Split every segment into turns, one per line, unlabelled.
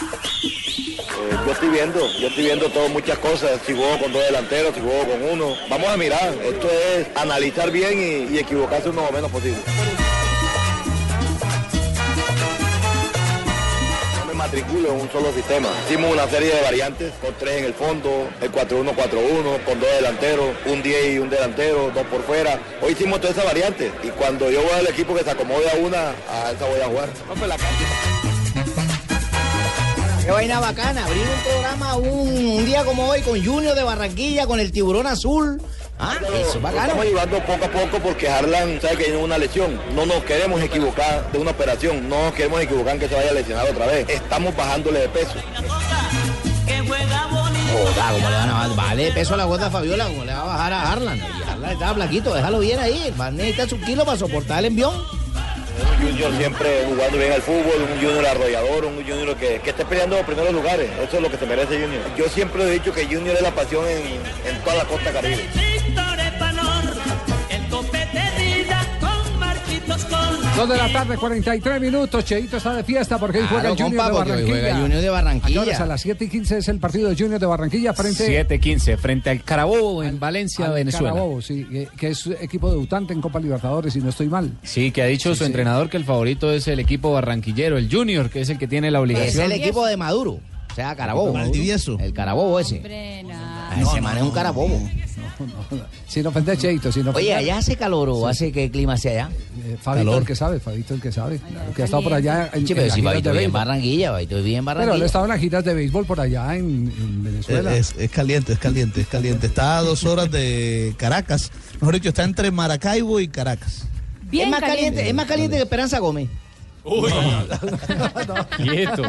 Eh, yo estoy viendo, yo estoy viendo todo, muchas cosas, si juego con dos delanteros, si juego con uno. Vamos a mirar, esto es analizar bien y, y equivocarse uno lo menos posible. No me matriculo en un solo sistema. Hicimos una serie de variantes, con tres en el fondo, el 4-1-4-1, con dos delanteros, un 10 y un delantero, dos por fuera. Hoy hicimos todas esas variantes y cuando yo voy al equipo que se acomode a una, a esa voy a jugar. No, pues la
Qué vaina bacana, abrir un programa un, un día como hoy con Junior de Barranquilla, con el tiburón azul. Ah, eso,
Lo
bacano.
Estamos llevando poco a poco porque Harlan sabe que tiene una lesión. No nos queremos equivocar de una operación. No nos queremos equivocar en que se vaya a lesionar otra vez. Estamos bajándole de peso.
Joda, ¿cómo le van a bajar? Vale, de peso a la gota Fabiola, ¿cómo le va a bajar a Harlan? Y Harlan estaba flaquito, déjalo bien ahí. Va a necesitar su kilo para soportar el envión.
Un junior siempre jugando bien al fútbol, un junior arrollador, un junior que, que esté peleando los primeros lugares. Eso es lo que se merece Junior. Yo siempre he dicho que Junior es la pasión en, en toda la costa caribe.
Dos de la tarde, 43 minutos. Cheito está de fiesta porque hoy juega
Claro,
el Junior
compa,
de
porque hoy
Barranquilla.
juega el Junior de Barranquilla.
¿A qué horas? A las 7 y 15 es el partido de Junior de Barranquilla frente
7-15 frente al Carabobo en Valencia,
al
Venezuela.
Carabobo, sí, que, que es equipo debutante en Copa Libertadores, si no estoy mal.
Sí, que ha dicho su entrenador que el favorito es el equipo barranquillero, el Junior, que es el que tiene
Pues
la
Es
obligación.
el equipo de Maduro. O sea, Carabobo.
Valdivieso.
El Carabobo ese.
Frena.
Ah, Ese man es un Carabobo.
Sin ofender, Cheito, sin ofender.
Oye, allá hace calor o hace que el clima hace allá.
Eh, Fabito
Calor.
el que sabe, Fabito el que sabe. claro, que ha
caliente.
estado por allá en,
Sí,
en
pero
las
si
giras
Fabito
de
vive en
béisbol.
Barranquilla, Fabito vive en
Pero él ha
Barranquilla.
estado en las giras de béisbol por allá en, en Venezuela.
Es, es caliente, es caliente, es caliente. Está a dos horas de Caracas. Mejor dicho, está entre Maracaibo y Caracas.
es
Bien
más caliente,
caliente.
es más caliente que Esperanza Gómez.
Quieto.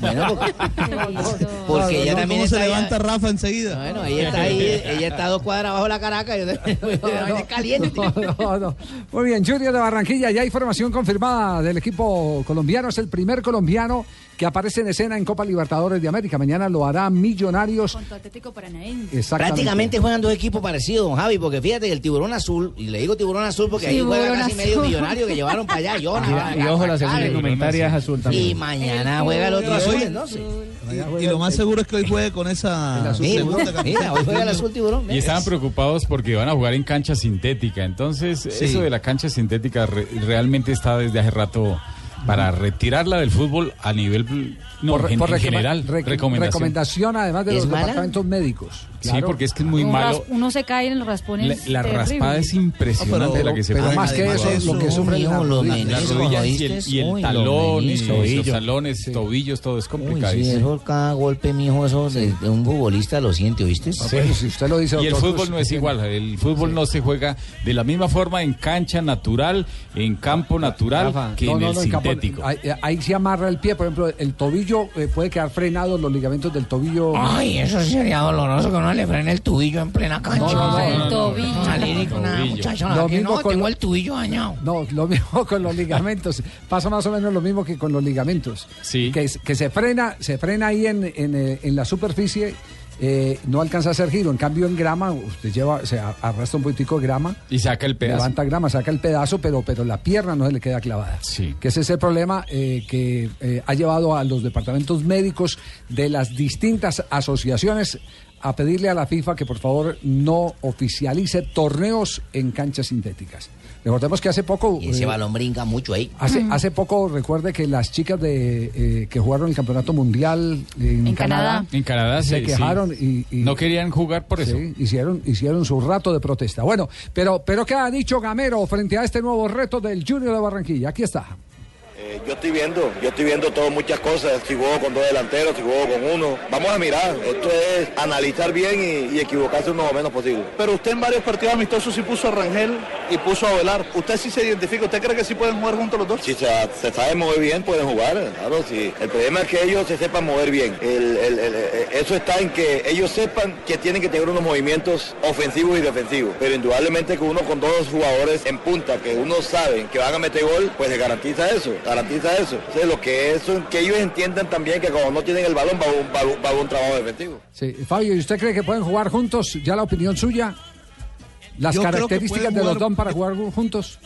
Bueno, porque,
Feito.
porque ella
¿No?
también
¿Cómo
está
se
allá-
levanta Rafa enseguida?
Bueno, ella está ahí, ella está a dos cuadras abajo de la Caracas, yo también- es caliente.
No, no, no. Muy bien, Junior de Barranquilla, ya hay formación confirmada del equipo colombiano. Es el primer colombiano que aparece en escena en Copa Libertadores de América. Mañana lo hará Millonarios.
Con tu Atlético Paranaense.
Exactamente.
Prácticamente juegan dos equipos parecidos, don Javi, porque fíjate que el tiburón azul, y le digo tiburón azul porque ahí juega
Tiburón
casi
azul.
medio millonario que llevaron para allá, Jonah,
Y, y ojo, la segunda
Cárdenas.
indumentaria es azul
Y
también.
mañana juega los tiburones, entonces.
Y, y lo más seguro es que hoy juegue con esa
azul.
Mira,
segunda camiseta.
mira, hoy juega el azul tiburón. mira.
Y estaban preocupados porque iban a jugar en cancha sintética. Entonces,
Sí.
eso de la cancha sintética re- realmente está desde hace rato para retirarla del fútbol a nivel no, en, en
recoma-
general.
rec-
recomendación.
recomendación, además de
¿Es
los
mala?
departamentos médicos.
Sí,
Claro.
porque es que es muy
Uno
malo.
ras- Uno se cae en el raspón.
La, la raspada es impresionante
No, pero-
la que se
pero
pone.
más que
además
eso,
de
lo
eso,
que sufren
mío,
las
los
rodillas.
Las
Menisco,
rodillas y el,
¿oíste?
y el
Uy, los
talón, y
meniscos,
los
tobillo.
talones, tobillos, todo es
Uy, sí,
complicadísimo.
eso cada golpe, mijo, eso de, de un futbolista lo siente, ¿oíste?
Ah, bueno, si usted lo dice,
Y el
doctor pues,
fútbol
Cruz,
no es igual, el fútbol no se juega de la misma forma en cancha natural, en campo natural
Rafa,
que
No,
en
no,
el
no, en campo-
sintético.
ahí, ahí se amarra el pie, por ejemplo, el tobillo eh, puede quedar frenado, los ligamentos del tobillo.
Ay, eso sería doloroso que uno le frene el tubillo en plena cancha.
No, el tobillo.
Salir con una
Tobillo.
muchacha,
Lo
que
mismo
no,
con
tengo
lo-
el tubillo dañado.
No, lo mismo con los ligamentos. Pasa más o menos lo mismo que con los ligamentos.
Sí.
Que, es- que se frena, se frena ahí en, en, eh, en la superficie, eh, no alcanza a hacer giro. En cambio, en grama, usted lleva, se a- arrastra un poquitico de grama,
Y saca el pedazo.
levanta grama, saca el pedazo, pero, pero la pierna no se le queda clavada.
Sí.
Que ese es el problema eh, que eh, ha llevado a los departamentos médicos de las distintas asociaciones a pedirle a la FIFA que por favor no oficialice torneos en canchas sintéticas. Recordemos que hace poco...
Y ese
eh,
balón brinca mucho ahí. Mm.
Hace, hace poco recuerde que las chicas de eh, que jugaron el campeonato mundial en,
En
Canadá,
Canadá.
En Canadá
se
sí,
quejaron
sí.
y, y-
no querían jugar por eso.
sí, hicieron hicieron su rato de protesta. Bueno, pero pero qué ha dicho Gamero frente a este nuevo reto del Junior de Barranquilla. Aquí está.
Eh, yo estoy viendo, yo estoy viendo todo, muchas cosas, si juego con dos delanteros, si juego con uno. Vamos a mirar, esto es analizar bien y, y equivocarse uno o menos posible.
Pero usted en varios partidos amistosos sí puso a Rangel y puso a Velar. ¿Usted sí se identifica? ¿Usted cree que sí pueden jugar juntos los dos?
Si se, se sabe mover bien, pueden jugar. Claro, sí. El problema es que ellos se sepan mover bien. El- el- el- eh, eso está en que ellos sepan que tienen que tener unos movimientos ofensivos y defensivos. Pero indudablemente que uno con dos jugadores en punta, que uno sabe que van a meter gol, pues les garantiza eso, garantiza eso. Entonces, lo que eso, que ellos entiendan también que cuando no tienen el balón va un, va un- va un trabajo defensivo.
Sí, Fabio, ¿y usted cree que pueden jugar juntos? Ya la opinión suya. Las
Yo creo que
características
pueden
de los
jugar-
dos para jugar juntos.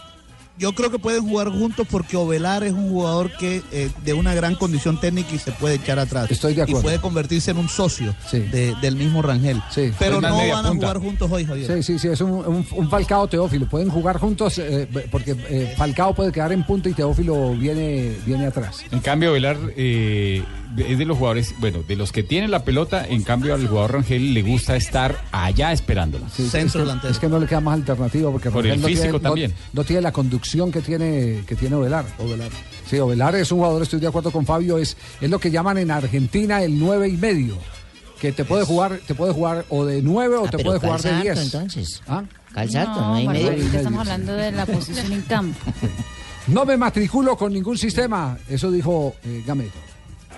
Yo creo que pueden jugar juntos porque Ovelar es un jugador que eh, de una gran condición técnica y se puede echar atrás.
Estoy de acuerdo.
Y puede convertirse en un socio
Sí.
de- del mismo Rangel.
Sí.
Pero
Una
no
media
van a
punta.
jugar juntos hoy, Javier.
Sí, sí, sí, es un, un- un Falcao Teófilo. Pueden jugar juntos eh, porque eh, Falcao puede quedar en punta y Teófilo viene, viene atrás.
En cambio, Velar eh, es de los jugadores, bueno, de los que tienen la pelota, en cambio al jugador Rangel le gusta estar allá esperándola.
Sí,
Centro
es que,
delantero.
es que no le queda más alternativa porque
Por el
Rangel no
físico
tiene, no-
también.
No, tiene la conducción que tiene que tiene Ovelar.
Ovelar.
Sí, Ovelar es un jugador, estoy de acuerdo con Fabio, es, es lo que llaman en Argentina el nueve y medio, que te puede jugar te puede jugar o de 9 o
Ah,
te
pero
puede jugar de
calza
10.
harto, entonces.
¿Ah?
Calzato,
no,
no hay
Margarita,
medio.
estamos hablando de la posición en campo.
No me matriculo con ningún sistema, eso dijo eh, Gameto.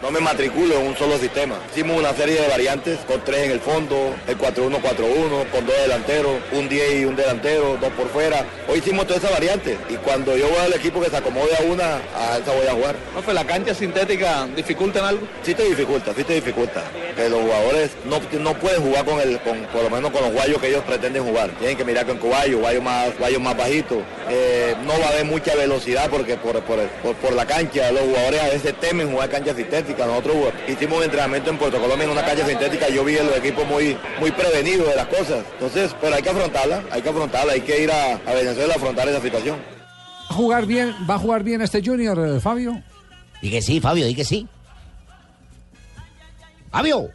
No me matriculo en un solo sistema. Hicimos una serie de variantes, con tres en el fondo, el 4-1-4-1, con dos delanteros, un 10 y un delantero, dos por fuera. Hoy hicimos todas esas variantes y cuando yo voy al equipo que se acomode a una, a esa voy a jugar.
Profe, ¿la cancha sintética dificulta en algo?
Sí te dificulta, sí te dificulta. Que los jugadores no, no pueden jugar con el, con, por lo menos con los guayos que ellos pretenden jugar. Tienen que mirar con guayos, guayos más, guayos más bajitos. Eh, no va a haber mucha velocidad porque por, por, por- por la cancha, los jugadores a veces temen jugar cancha sintética. Nosotros jugamos- hicimos un entrenamiento en Puerto Colombia en una cancha sintética, yo vi a los equipos muy, muy prevenidos de las cosas. Entonces, pero hay que afrontarla, hay que afrontarla, hay que ir a, a Venezuela a afrontar esa situación.
¿Va a jugar bien, va a jugar bien este Junior, eh, Fabio?
Di que sí, Fabio, di que sí. Fabio,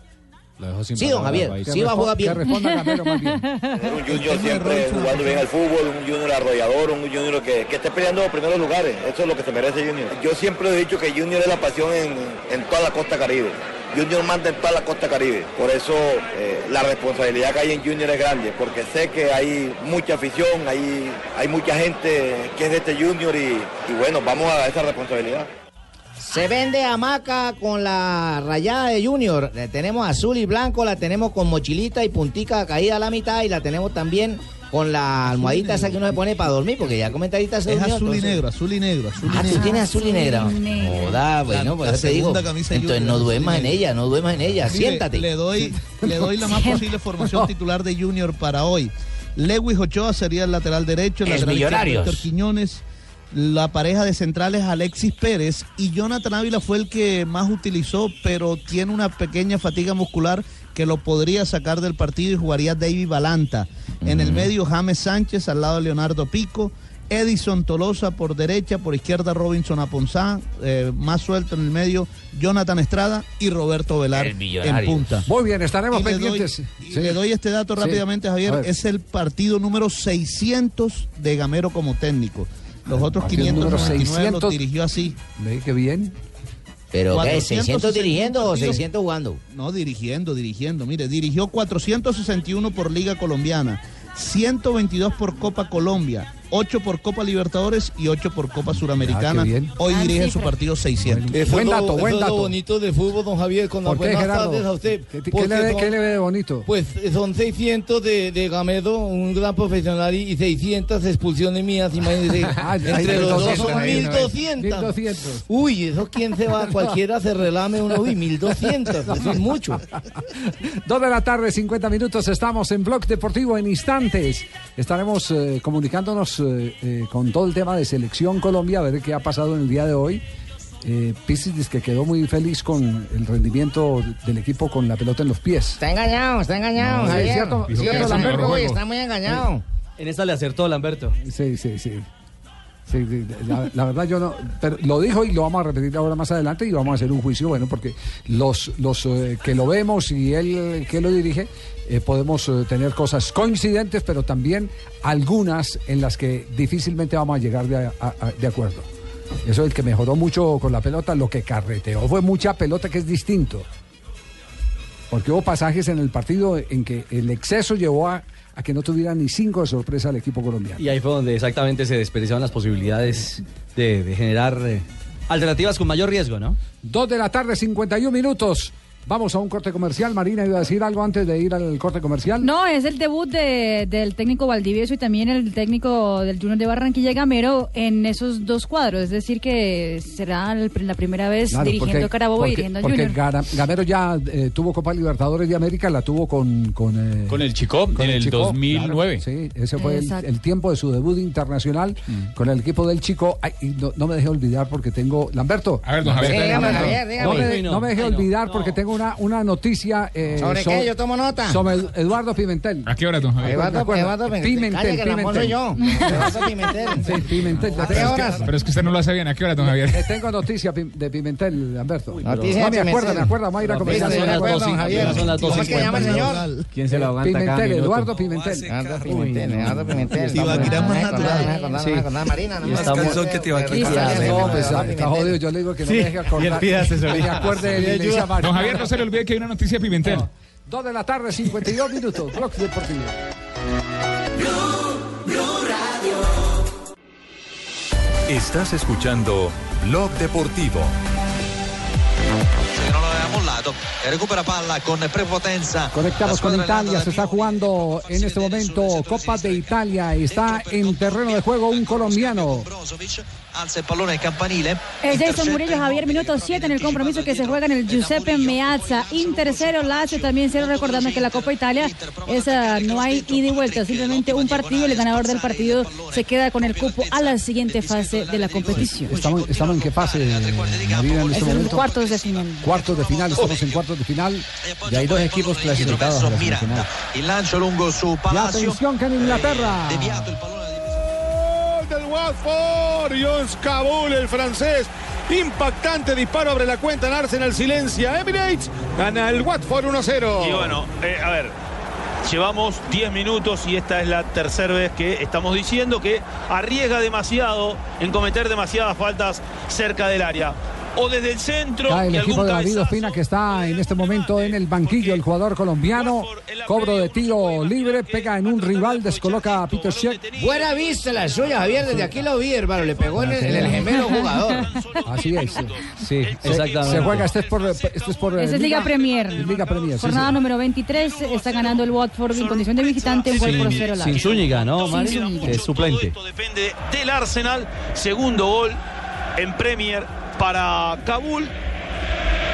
Lo dejo sin
Sí, don
palabras,
Javier,
Baez.
Sí, va a jugar bien.
Que responda Gamero más bien.
Tener un junior siempre jugando bien al fútbol, un junior arrollador, un junior que, que esté peleando los primeros lugares. Eso es lo que se merece Junior. Yo siempre he dicho que Junior es la pasión en, en toda la costa caribe. Junior manda en toda la costa caribe. Por eso eh, la responsabilidad que hay en Junior es grande, porque sé que hay mucha afición, hay, hay mucha gente que es de este Junior y, y bueno, vamos a esa responsabilidad.
se vende hamaca con la rayada de Junior. La tenemos azul y blanco, la tenemos con mochilita y puntica caída a la mitad y la tenemos también con la almohadita esa que uno se pone para dormir, porque ya el comentarista se
Es
durmió,
azul y
entonces-
negro, azul y negro, azul y
Ah,
negro.
tú tienes azul y negra.
Azul y negra.
Joda,
La-
bueno, pues
la
ya te digo.
segunda camisa de
Entonces
Junior,
no
azul y
duermas en
negro.
ella, no duermas en ella.
Mire,
Siéntate.
Le doy, le doy la más posible formación titular de Junior para hoy. Lewis Ochoa sería el lateral derecho, el
Es
lateral izquierdo
Millonarios.
Héctor Quiñones. La pareja de centrales Alexis Pérez y Jonathan Ávila fue el que más utilizó, pero tiene una pequeña fatiga muscular que lo podría sacar del partido y jugaría David Balanta. En el medio James Sánchez, al lado Leonardo Pico, Edison Tolosa por derecha, por izquierda Robinson Aponzá, eh, más suelto en el medio Jonathan Estrada y Roberto Velar
El
en
Millonarios.
punta.
Muy bien, estaremos
Y le, doy,
pendientes.
y
Sí.
le doy este dato
Sí.
rápidamente,
A
Javier.
ver.
Es el partido número 600 de Gamero como técnico. Los otros
partido número
599 los
600.
dirigió así.
Ve que bien.
Pero ¿qué?
461
600 dirigiendo o
partidos.
600 jugando.
No, dirigiendo, dirigiendo. Mire, dirigió 461 por Liga Colombiana, 122 por Copa Colombia, 8 por Copa Libertadores y 8 por Copa Suramericana.
Ah, qué bien.
Hoy
Gran
dirige su
cifra.
partido 600.
Eso Buen es lo- dato, eso buen es lo dato.
bonito del fútbol, don Javier, con
¿Por qué, Gerardo? ¿Qué, qué le ve, qué le ve de bonito?
Pues eh, son 600 de, de Gamedo, un gran profesional, y y 600 expulsiones mías, imagínense.
Ah, hay
Entre los dos
1200
son
ahí, ¿no?
1200.
1200.
Uy, eso quién se va, cualquiera se relame uno, uy, 1200, eso es mucho.
Dos de la tarde, 50 minutos. Estamos en Blog Deportivo en instantes. Estaremos eh, comunicándonos eh, eh, con todo el tema de Selección Colombia, a ver qué ha pasado en el día de hoy. Eh, Pisis dice que quedó muy feliz con el rendimiento del equipo con la pelota en los pies.
Está engañado, está engañado.
No, sí,
Javier.
es cierto.
Sí,
Dijo que
está
era el
muy-
mejor
uy,
juego.
está muy engañado.
En esta le acertó Lamberto.
Sí, sí, sí. Sí, sí, la, la verdad yo no, pero lo dijo y lo vamos a repetir ahora más adelante y vamos a hacer un juicio bueno porque los los eh, que lo vemos y él eh, que lo dirige eh, podemos eh, tener cosas coincidentes pero también algunas en las que difícilmente vamos a llegar de, a- a- de acuerdo. Eso el que mejoró mucho con la pelota, lo que carreteó fue mucha pelota que es distinto. Porque hubo pasajes en el partido en que el exceso llevó a, a que no tuviera ni cinco de sorpresa al equipo colombiano.
Y ahí fue donde exactamente se desperdiciaron las posibilidades de, de generar eh, alternativas con mayor riesgo, ¿no?
Dos de la tarde, 51 minutos. Vamos a un corte comercial. Marina, ¿iba a decir algo antes de ir al corte comercial?
No, es el debut de- del técnico Valdivieso y también el técnico del Junior de Barranquilla Gamero en esos dos cuadros. Es decir, que será el- la primera vez
Claro,
dirigiendo a Carabobo y
porque-
dirigiendo al
porque
Junior.
Gara- Gamero ya eh, tuvo Copa Libertadores de América, la tuvo con... Con, eh,
Con el Chicop
con
en el,
Chico,
2009.
claro, sí, ese fue el,
Exacto.
el tiempo de su debut internacional
Mm.
con el equipo del Chico. Ay, y no, no me deje olvidar porque tengo... Lamberto.
A ver, don Javier.
Lamberto,
Dígame,
Lamberto,
Javier, dígame.
No me,
Ay, no,
no me deje
ay, no.
olvidar porque tengo una, una noticia... eh,
¿Sobre
sobre-
qué? Yo tomo nota.
sobre Eduardo Pimentel.
¿A qué hora, don Javier?
Eduardo, Eduardo Pimentel. Calla, que el amor soy yo. Eduardo Pimentel.
Sí, Pimentel.
¿A qué horas?
Pero es que usted no lo hace bien. ¿A qué hora, don Javier?
Le Eh, tengo noticia Pim- de Pimentel, Lamberto.
pero- Noticia
no,
de
me acuerdo,
Pimentel.
me acuerdo. Vamos a ir a
No,
comer.
pero son las dos,
Javier.
son las dos
¿Cómo es que llama el
cincuenta.
señor?
¿Quién se lo aguanta cada
Pimentel,
minuto?
Eduardo Pimentel.
Eduardo Pimentel, Eduardo Pimentel.
Sí, va a tirar más natural. Sí.
Marina, no
Y
me
estamos-
acuerdo.
que te va a
Cristian,
quitar.
Cristian,
No, pues,
Eduardo
está
Pimentel.
jodido, yo le digo que no
Sí,
me deje acordar.
y él pide asesoría.
Me acuerde de
Y
le dice a Mario.
Don Javier, no se le olvide que hay una noticia de Pimentel.
Dos de la tarde, 52 minutos. Blog Deportivo.
Estás escuchando Blog Deportivo.
non l'aveva mollato e recupera palla con prepotenza
Conectamos con Italia, se está jugando en este momento Copa de Italia. Está en terreno de juego un colombiano.
alza il pallone al campanile
Es Jason Murillo, Javier, minuto 7 en el compromiso que se juega en el Giuseppe Meazza. Inter cero, Lazio también cero, recordando que la Copa Italia esa no hay ida y vuelta, simplemente un partido y el ganador del partido se queda con el cupo a la siguiente fase de la competición.
Estamos, estamos en qué fase, Marina, en
Es
este
un
momento.
cuartos de final.
Cuartos de final, estamos en cuartos de final.
Y hay dos equipos
clasificados a la
Miranda il lancio lungo su
Y
Palacio eh,
atención que en Inglaterra.
Gol del Watford, Jones Kabul, el francés. Impactante disparo, abre la cuenta en Arsenal, silencia Emirates. Gana el Watford 1-0.
Y bueno, eh, a ver, llevamos 10 minutos y esta es la tercera vez que estamos diciendo que arriesga demasiado en cometer demasiadas faltas cerca del área. O desde el centro
Cae el
y
equipo
algún
de
cabezazo.
David Ospina que está en este momento en el banquillo, el jugador colombiano. Cobro de tiro libre, pega en un rival, descoloca a Peter Schick.
Buena vista la suya, Javier. Desde aquí lo vi, hermano. Le pegó en el, en el gemelo jugador.
Así es. Sí,
exactamente.
Eh,
Se juega, este es por. Este es, por, eh,
Esa es Liga Premier.
Es Liga Premier, sí,
Jornada
sí.
número 23, está ganando el Watford en condición de visitante, un gol por cero.
Sin,
Lazio.
sin Zúñiga, ¿no,
Sin
Mario?
Zúñiga.
Que es suplente.
Depende del Arsenal. Segundo gol en Premier para Kabul.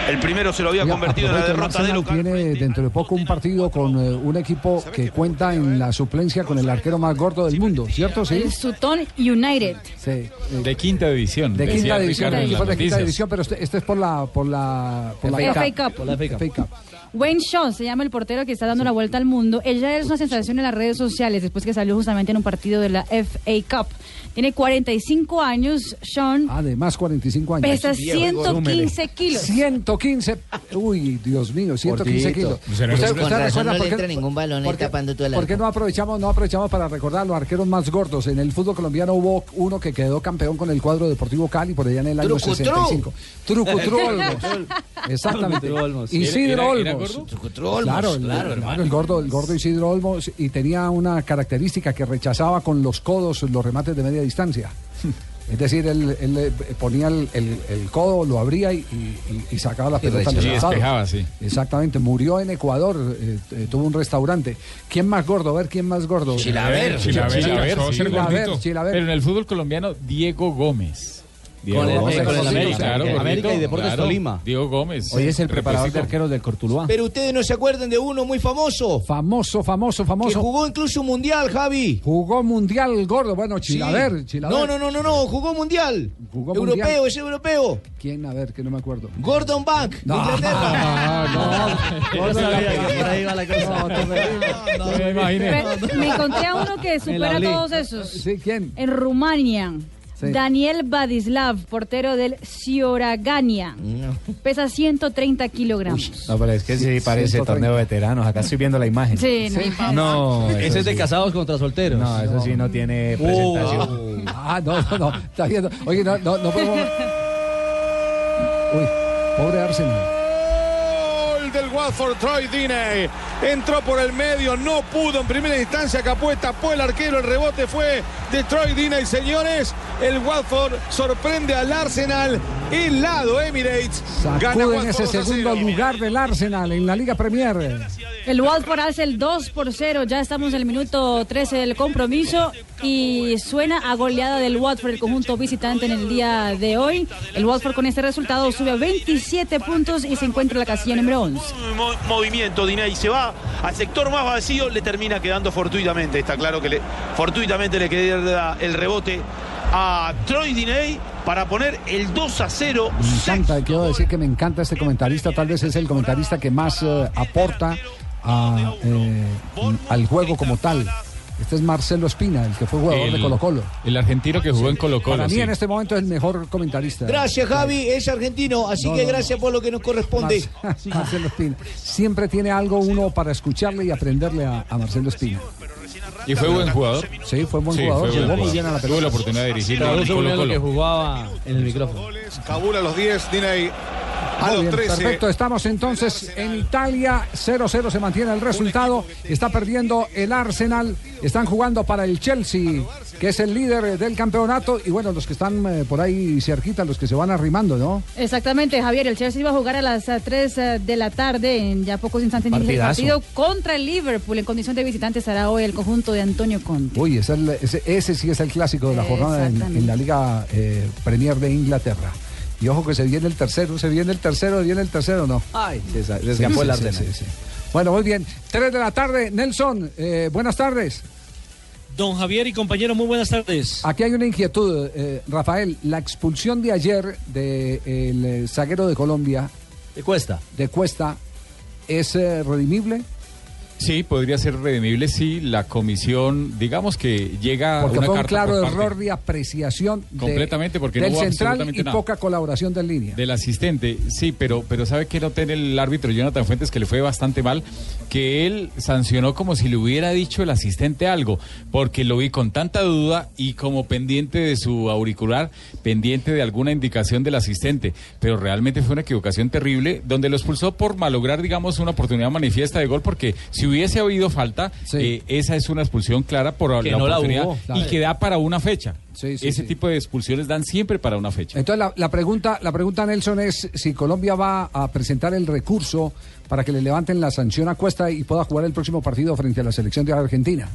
El primero se lo había
Oiga,
convertido en la
aprovecho, el
derrota de
Arsenal
local.
Tiene dentro de poco un partido con eh, un equipo que cuenta en la suplencia con el arquero más gordo del mundo, ¿cierto? Sí.
El Sutton United.
Sí.
De quinta división.
De
decía
quinta división,
Ricardo en
equipos
las
de quinta
noticias.
división, pero este, este es por la por la por la
FA Cup. Por la FA Cup. Wayne Shaw se llama el portero que está dando la vuelta al mundo. Ella es una sensación en las redes sociales después que salió justamente en un partido de la FA Cup. Tiene 45 años, Sean.
Además, 45 años.
Pesa 115 kilos.
115. Uy, Dios mío, 115
Cortito.
kilos.
Será que con
recuerda
razón no le
por qué-
entra ningún balón ahí
por qué-
tapando todo el
¿Por
arco?
qué no aprovechamos, no aprovechamos para recordar los arqueros más gordos? En el fútbol colombiano hubo uno que quedó campeón con el cuadro Deportivo Cali por allá en el año
Trucutru.
65. Trucutru Olmos. Exactamente.
Trucutru Olmos.
Isidro
¿Era- era- era
Olmos.
gordo? Trucutru Olmos,
Claro, el,
claro,
el-
hermano.
el gordo, el gordo Isidro Olmos y tenía una característica que rechazaba con los codos los remates de media distancia. Es decir, él, él, eh, ponía el, el- el codo, lo abría y, y- y sacaba la
Y
pelota. al
rechazaba.
costado.
Y despejaba, pues, sí.
Exactamente, murió en Ecuador, eh, eh, tuvo un restaurante. ¿Quién más gordo? A ver, ¿quién más gordo?
Chilaver, Chilaver,
Chilaver,
sí.
Chilaver, Chilaver.
Pero en el fútbol colombiano, Diego Gómez. Diego
Con el-
Gómez.
eh, con el
Sí,
América.
claro,
América
gordito,
y Deportes
claro.
Tolima.
Diego Gómez. pues,
Hoy es el
Repuestico.
preparador de arqueros del Cortuluá.
Pero ustedes no se acuerdan de uno muy famoso.
Famoso, famoso, famoso.
Que jugó incluso un mundial, Javi.
Jugó mundial gordo. Bueno,
Sí.
Chilaver, Chilaver.
No, no, no, no, no, jugó mundial.
Jugó
europeo,
mundial.
es europeo.
¿Quién? A ver, que no me acuerdo.
Gordon Bank, de Inglaterra.
No,
sabía que por ahí
va la cosa.
me imaginé.
Pero Me encontré a uno que supera a
olí.
todos esos.
Sí, ¿quién?
En Rumania.
Sí.
Daniel Badislav, portero del Cioragania.
Mm.
Pesa 130 kilogramos.
No, pero es que sí, parece
130.
torneo de veteranos. Acá estoy viendo la imagen.
Sí, no hay pausa.
No,
Ese
eso
es de
sí.
casados contra solteros.
No, eso sí no tiene presentación.
Ah, no, no, no. Está viendo. Oye, no, no, no podemos. Uy, pobre Arsenal.
Gol del Watford, Troy Deeney. Entró por el medio, no pudo en primera instancia. Capué tapó el arquero, el rebote fue de Troy Deeney. Señores, el Watford sorprende al Arsenal. El lado Emirates gana
Acude en ese
Watford 2 a 0.
segundo lugar del Arsenal en la Liga Premier.
El Watford hace el 2 por 0. Ya estamos en el minuto 13 del compromiso y suena a goleada del Watford, el conjunto visitante en el día de hoy. El Watford con este resultado sube a 27 puntos y se encuentra en la casilla número 11.
Mo- movimiento, Diney se va al sector más vacío, le termina quedando fortuitamente. Está claro que le, fortuitamente le queda el rebote a Troy Diney para poner el 2 a 0.
Me encanta, Mm, quiero decir que me encanta este comentarista, tal vez es el comentarista que más eh, aporta a, eh, al juego como tal. Este es Marcelo Espina, el que fue jugador de
El-
Colo Colo.
El argentino que jugó en Colo Colo.
Para mí
sí.
en este momento es el mejor comentarista.
Gracias, Javi, es argentino, así
No,
que
no, no.
gracias por lo que nos corresponde.
Mar- Marcelo Espina. Siempre tiene algo uno para escucharle y aprenderle a, a Marcelo Espina.
¿Y fue buen jugador?
Sí, fue buen
Sí,
jugador.
fue buen
Llegó muy
jugador.
bien a la
Tuve
pelota.
Ah, la oportunidad de dirigirlo
Cada
en
uno
el
según
Colo
lo que
Colo.
jugaba en el micrófono.
Kabul a los 10, Diney a
Muy
los
bien,
13.
perfecto, estamos entonces en Italia, 0-0 se mantiene el resultado, está perdiendo el Arsenal, están jugando para el Chelsea, que es el líder eh, del campeonato, y bueno, los que están eh, por ahí cerquita, los que se van arrimando, ¿no?
Exactamente, Javier. El Chelsea va a jugar a las eh, 3 eh, de la tarde, en ya pocos instantes inicia el
Partidazo.
partido contra el Liverpool. En condición de visitante estará hoy el conjunto de Antonio Conte.
Uy, ese, es el- ese- ese sí es el clásico de la jornada en,
Exactamente.
en la Liga eh, Premier de Inglaterra. Y ojo que se viene el tercero, se viene el tercero, se viene el tercero, ¿no?
Ay, se, sa- se
Sí,
escapó
sí,
el
sí,
Arsenal.
sí, sí. Bueno, muy bien. Tres de la tarde, Nelson, eh, buenas tardes.
Don Javier y compañeros, muy buenas tardes.
Aquí hay una inquietud, eh, Rafael. La expulsión de ayer del zaguero de Colombia. De Cuesta. De Cuesta. ¿Es eh, redimible?
Sí, podría ser redimible si la comisión, digamos que llega
Porque
Ah, una
fue un
carta
claro
por parte
error de apreciación de-
Completamente, porque no
del
hubo
central
absolutamente
y
nada.
poca colaboración del línea.
del asistente. Sí, pero, pero sabe que no tiene el árbitro Jonathan Fuentes que le fue bastante mal, que él sancionó como si le hubiera dicho el asistente algo, porque lo vi con tanta duda y como pendiente de su auricular, pendiente de alguna indicación del asistente. Pero realmente fue una equivocación terrible, donde lo expulsó por malograr, digamos, una oportunidad manifiesta de gol, porque si hubiese habido falta, eh, esa es una expulsión clara por
Que
la
no la
oportunidad
hubo.
y que da para una fecha.
sí,
Ese
sí.
tipo de expulsiones dan siempre para una fecha.
Entonces la, la pregunta, la pregunta Nelson es si Colombia va a presentar el recurso para que le levanten la sanción a Cuesta y pueda jugar el próximo partido frente a la selección de Argentina.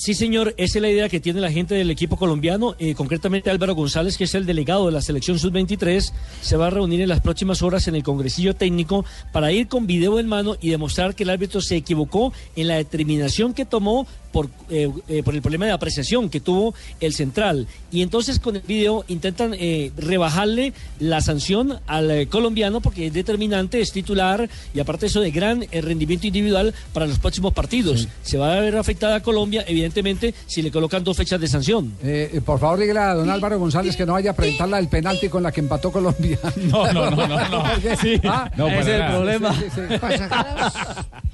Sí, señor, esa es la idea que tiene la gente del equipo colombiano, eh, concretamente Álvaro González, que es el delegado de la selección sub-23, se va a reunir en las próximas horas en el Congresillo Técnico para ir con video en mano y demostrar que el árbitro se equivocó en la determinación que tomó por, eh, eh, por el problema de apreciación que tuvo el central. Y entonces con el video intentan eh, rebajarle la sanción al eh, colombiano porque es determinante, es titular y aparte eso de gran eh, rendimiento individual para los próximos partidos. Se va a ver afectada a Colombia, evidentemente, si le colocan dos fechas de sanción.
Eh, eh, por favor, dígale a don Álvaro González que no vaya a presentar la del penalti con la que empató Colombia.
No, no, no, no, no. Sí.
Ah,
No, para
ese es el
nada.
problema.
Sí, sí, sí.
Pasajeros,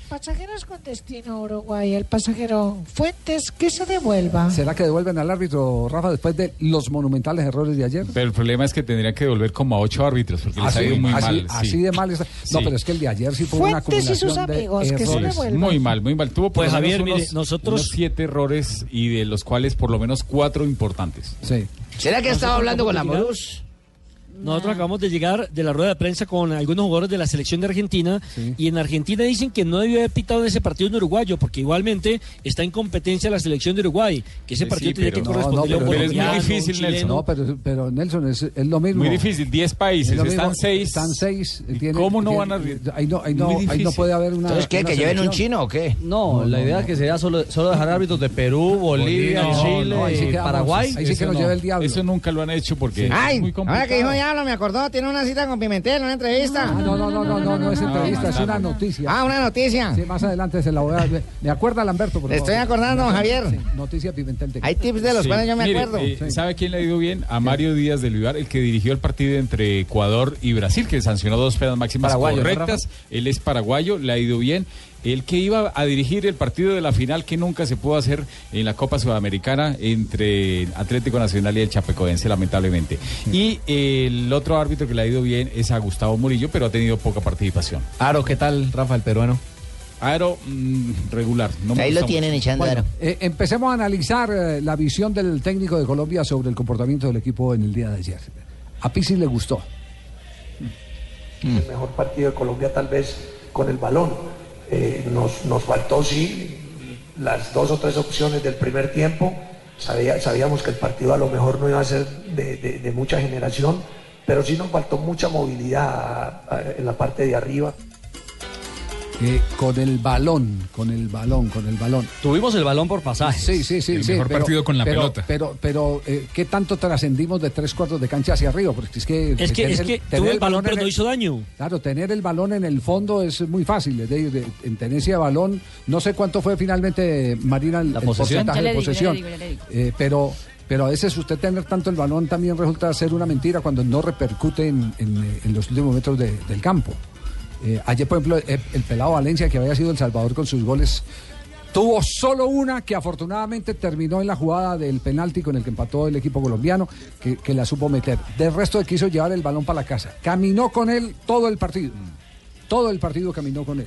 pasajeros con destino a Uruguay, el pasajero Fuentes que se devuelva.
¿Será que devuelven al árbitro, Rafa, después de los monumentales errores de ayer?
Pero el problema es que tendrían que devolver como a ocho árbitros porque les ha ido muy
así,
mal.
así
sí.
de mal está. No,
Sí.
pero es que el de ayer sí fue una
Fuentes y
acumulación
sus
de
amigos, que se
errores.
Errores. Muy mal, muy mal. Tuvo por
Pues,
lo menos
Javier, mire,
unos-
nosotros-
unos siete errores y de los cuales por lo menos cuatro importantes.
Sí.
¿Será que ha estado hablando con la
Nosotros
Morús?
Nosotros acabamos de llegar de la rueda de prensa con algunos jugadores de la selección de Argentina y en Argentina dicen que no debió haber pitado en ese partido un uruguayo porque igualmente está en competencia la selección de Uruguay, que ese
Sí,
partido
sí,
tenía que
pero-
corresponder a un
pero- pero es muy
colombiano, un
difícil,
chileno.
Nelson.
No, pero, pero Nelson es, es lo mismo.
Muy difícil, 10 países,
Es lo mismo,
están 6.
Están seis. tienen-
¿Cómo no
tienen-
van a
Ahí no, ahí no,
Muy
ahí no
difícil.
puede haber una.
Entonces, ¿qué,
una
que lleven un
selección.
chino
o qué?
No, la idea es que sería solo, solo dejar árbitros de Perú, Bolivia,
No,
Chile,
no, ahí sí quedamos,
Paraguay.
ahí sí que nos lleva el diablo. Eso nunca lo han hecho porque es
Ay,
muy
ahora
complicado.
que dijo Diablo, me acordó, tiene una cita con Pimentel, una entrevista.
No, no, no, no, no, no es entrevista, es una
no.
noticia.
Ah, una noticia.
Sí, más adelante se la voy a. Me acuerda Lamberto, por
Le
favor.
estoy acordando, don Javier.
Sí, noticia Pimentel. de-
Hay tips de los
Sí.
cuales yo me
Mire,
acuerdo.
eh, ¿Sabe quién le ha ido bien? A Mario Díaz del Vivar, el que dirigió el partido entre Ecuador y Brasil, que sancionó dos penas máximas
Paraguayo, ¿no,
correctas. Él es paraguayo, le ha ido bien. El que iba a dirigir el partido de la final que nunca se pudo hacer en la Copa Sudamericana entre Atlético Nacional y el Chapecoense, lamentablemente. Y eh, el otro árbitro que le ha ido bien es a Gustavo Murillo, pero ha tenido poca participación.
Aro, ¿qué tal, Rafa, el peruano?
Aro, mm, regular. no me gusta mucho.
Bueno, eh, empecemos a analizar eh, la visión del técnico de Colombia sobre el comportamiento del equipo en el día de ayer. A Pizzi le gustó.
el mejor partido de Colombia tal vez con el balón. Eh, nos, nos faltó, sí, las dos o tres opciones del primer tiempo. Sabía- sabíamos que el partido a lo mejor no iba a ser de, de- de mucha generación, pero sí nos faltó mucha movilidad ah, ah, en la parte de arriba.
Eh, con el balón, con el balón, con el balón.
Tuvimos el balón por pasajes.
Sí, sí, sí.
El
sí,
mejor partido con la
pero-
pelota.
Pero, pero eh, ¿qué tanto trascendimos de tres cuartos de cancha hacia arriba? Porque es que.
Es que,
tener-
es que
tener
tuvo el balón, pero
en
no
el-
hizo daño.
Claro, tener el balón en el fondo es muy fácil. es decir, de- en tenencia de balón, no sé cuánto fue finalmente, Marina, el, el
posesión.
porcentaje
Ya le
de
digo, ya le
posesión.
digo, ya le digo.
Eh, pero, pero a veces usted tener tanto el balón también resulta ser una mentira cuando no repercute en, en- en los últimos metros de- del campo. Eh, ayer, por ejemplo, eh, el pelado Valencia, que había sido El Salvador con sus goles, tuvo solo una que afortunadamente terminó en la jugada del penalti con el que empató el equipo colombiano, que, que la supo meter. Del resto quiso llevar el balón para la casa. Caminó con él todo el partido. Todo el partido caminó con él.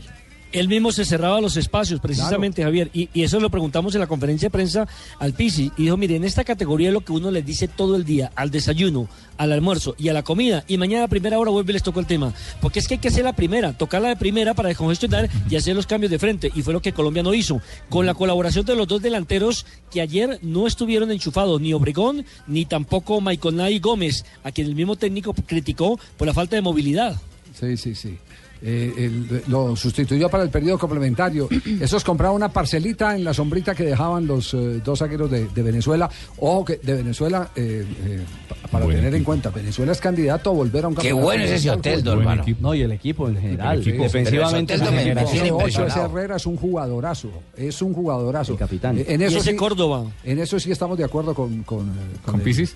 Él mismo se cerraba los espacios, precisamente, Javier. Y, y eso lo preguntamos en la conferencia de prensa al Pisi. Y dijo, mire, en esta categoría es lo que uno les dice todo el día, al desayuno, al almuerzo y a la comida. Y mañana a primera hora vuelve y les tocó el tema. Porque es que hay que hacer la primera, tocarla de primera para descongestionar y hacer los cambios de frente. Y fue lo que Colombia no hizo. Con la colaboración de los dos delanteros que ayer no estuvieron enchufados, ni Obregón, ni tampoco Michael Nay Gómez, a quien el mismo técnico criticó por la falta de movilidad.
Sí, sí, sí. Eh, el- lo sustituyó para el periodo complementario. Esos compraban una parcelita en la sombrita que dejaban los eh, dos saqueros de, de Venezuela. Ojo, que de Venezuela, eh, eh, pa- para tener en cuenta, Venezuela es candidato a volver a un
Qué
campeonato
bueno es ese
mundial,
Oteldo,
pues.
hermano. No, y el equipo en general.
Sí,
Defensivamente.
pero ese Oteldo
en general.
me- Ocho, ese Herrera es un jugadorazo. Es un jugadorazo.
capitán.
Eh, En eso
Y ese
sí,
Córdoba.
En eso sí estamos de acuerdo con, con, eh, con, el Pisis.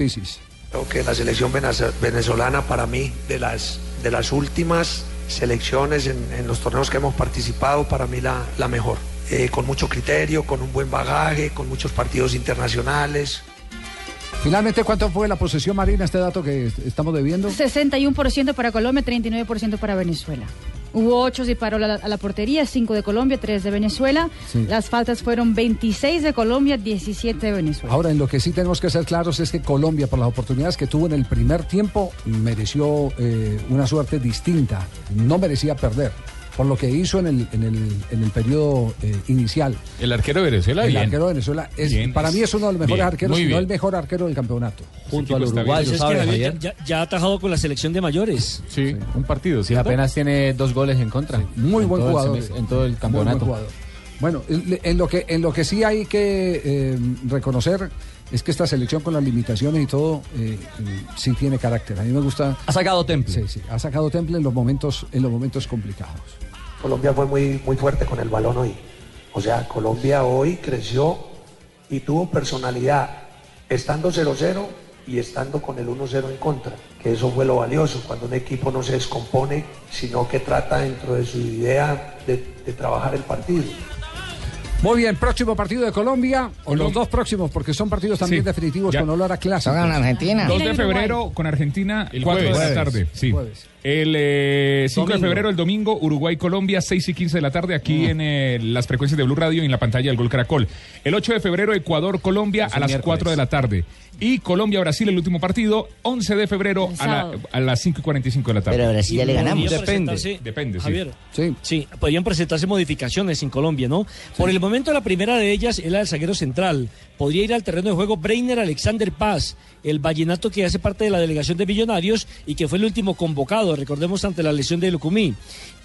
Creo que la selección venez- venezolana para mí, de las, de las últimas selecciones en, en los torneos que hemos participado, para mí la, la mejor. Eh, con mucho criterio, con un buen bagaje, con muchos partidos internacionales.
Finalmente, ¿cuánto fue la posesión marina? Este dato que est- estamos debiendo.
61% para Colombia, 39% para Venezuela. Hubo 8 disparos a la, a la portería, 5 de Colombia, 3 de Venezuela.
Sí.
Las faltas fueron 26 de Colombia, 17 de Venezuela.
Ahora, en lo que sí tenemos que ser claros es que Colombia, por las oportunidades que tuvo en el primer tiempo, mereció eh, una suerte distinta. No merecía perder por lo que hizo en el, en el, en el periodo eh, inicial.
El arquero de Venezuela,
el
bien.
arquero de Venezuela es,
Bien.
para mí es uno de los mejores
Bien,
arqueros,
muy
si no
bien.
el mejor arquero del campeonato.
Junto
al
uruguayo,
Pues es que Javier ya, ya- ya ha atajado con la selección de mayores.
Sí, un partido,
sí.
Apenas tiene dos goles en contra.
Muy
En
buen
todo el
jugador.
semestre- en todo el
Muy
campeonato.
buen jugador. Bueno, en en lo que en lo que sí hay que eh, reconocer es que esta selección con las limitaciones y todo eh, eh, sí tiene carácter. A mí me gusta.
Ha sacado temple.
Sí, sí. Ha sacado temple en los momentos en los momentos complicados.
Colombia fue muy, muy fuerte con el balón hoy. O sea, Colombia hoy creció y tuvo personalidad, estando 0-0 y estando con el 1-0 en contra, que eso fue lo valioso, cuando un equipo no se descompone, sino que trata dentro de su idea de, de trabajar el partido.
Muy bien, próximo partido de Colombia, o los dos próximos, porque son partidos también
Sí,
definitivos
ya.
con olor a clásico.
2 de febrero con Argentina,
El
4 de
jueves.
la tarde. Sí.
Jueves.
El eh, 5 de
Domingo. Mm.
febrero, el domingo, Uruguay-Colombia, 6 y 15 de la tarde, aquí en eh, las frecuencias de Blue Radio y en la pantalla del Gol Caracol. El 8 de febrero, Ecuador-Colombia, a las 4 de la tarde. Y Colombia-Brasil, el último partido, 11 de febrero, a, la-
sábado.
a las 5 y 45 de la tarde.
Depende.
Depende, sí.
Javier, sí. podrían presentarse modificaciones en Colombia, ¿no? Por el momento, la primera de ellas es la del zaguero central. Podría ir al terreno de juego Breiner Alexander Paz, el vallenato que hace parte de la delegación de Millonarios y que fue el último convocado, recordemos, ante la lesión de Lucumí.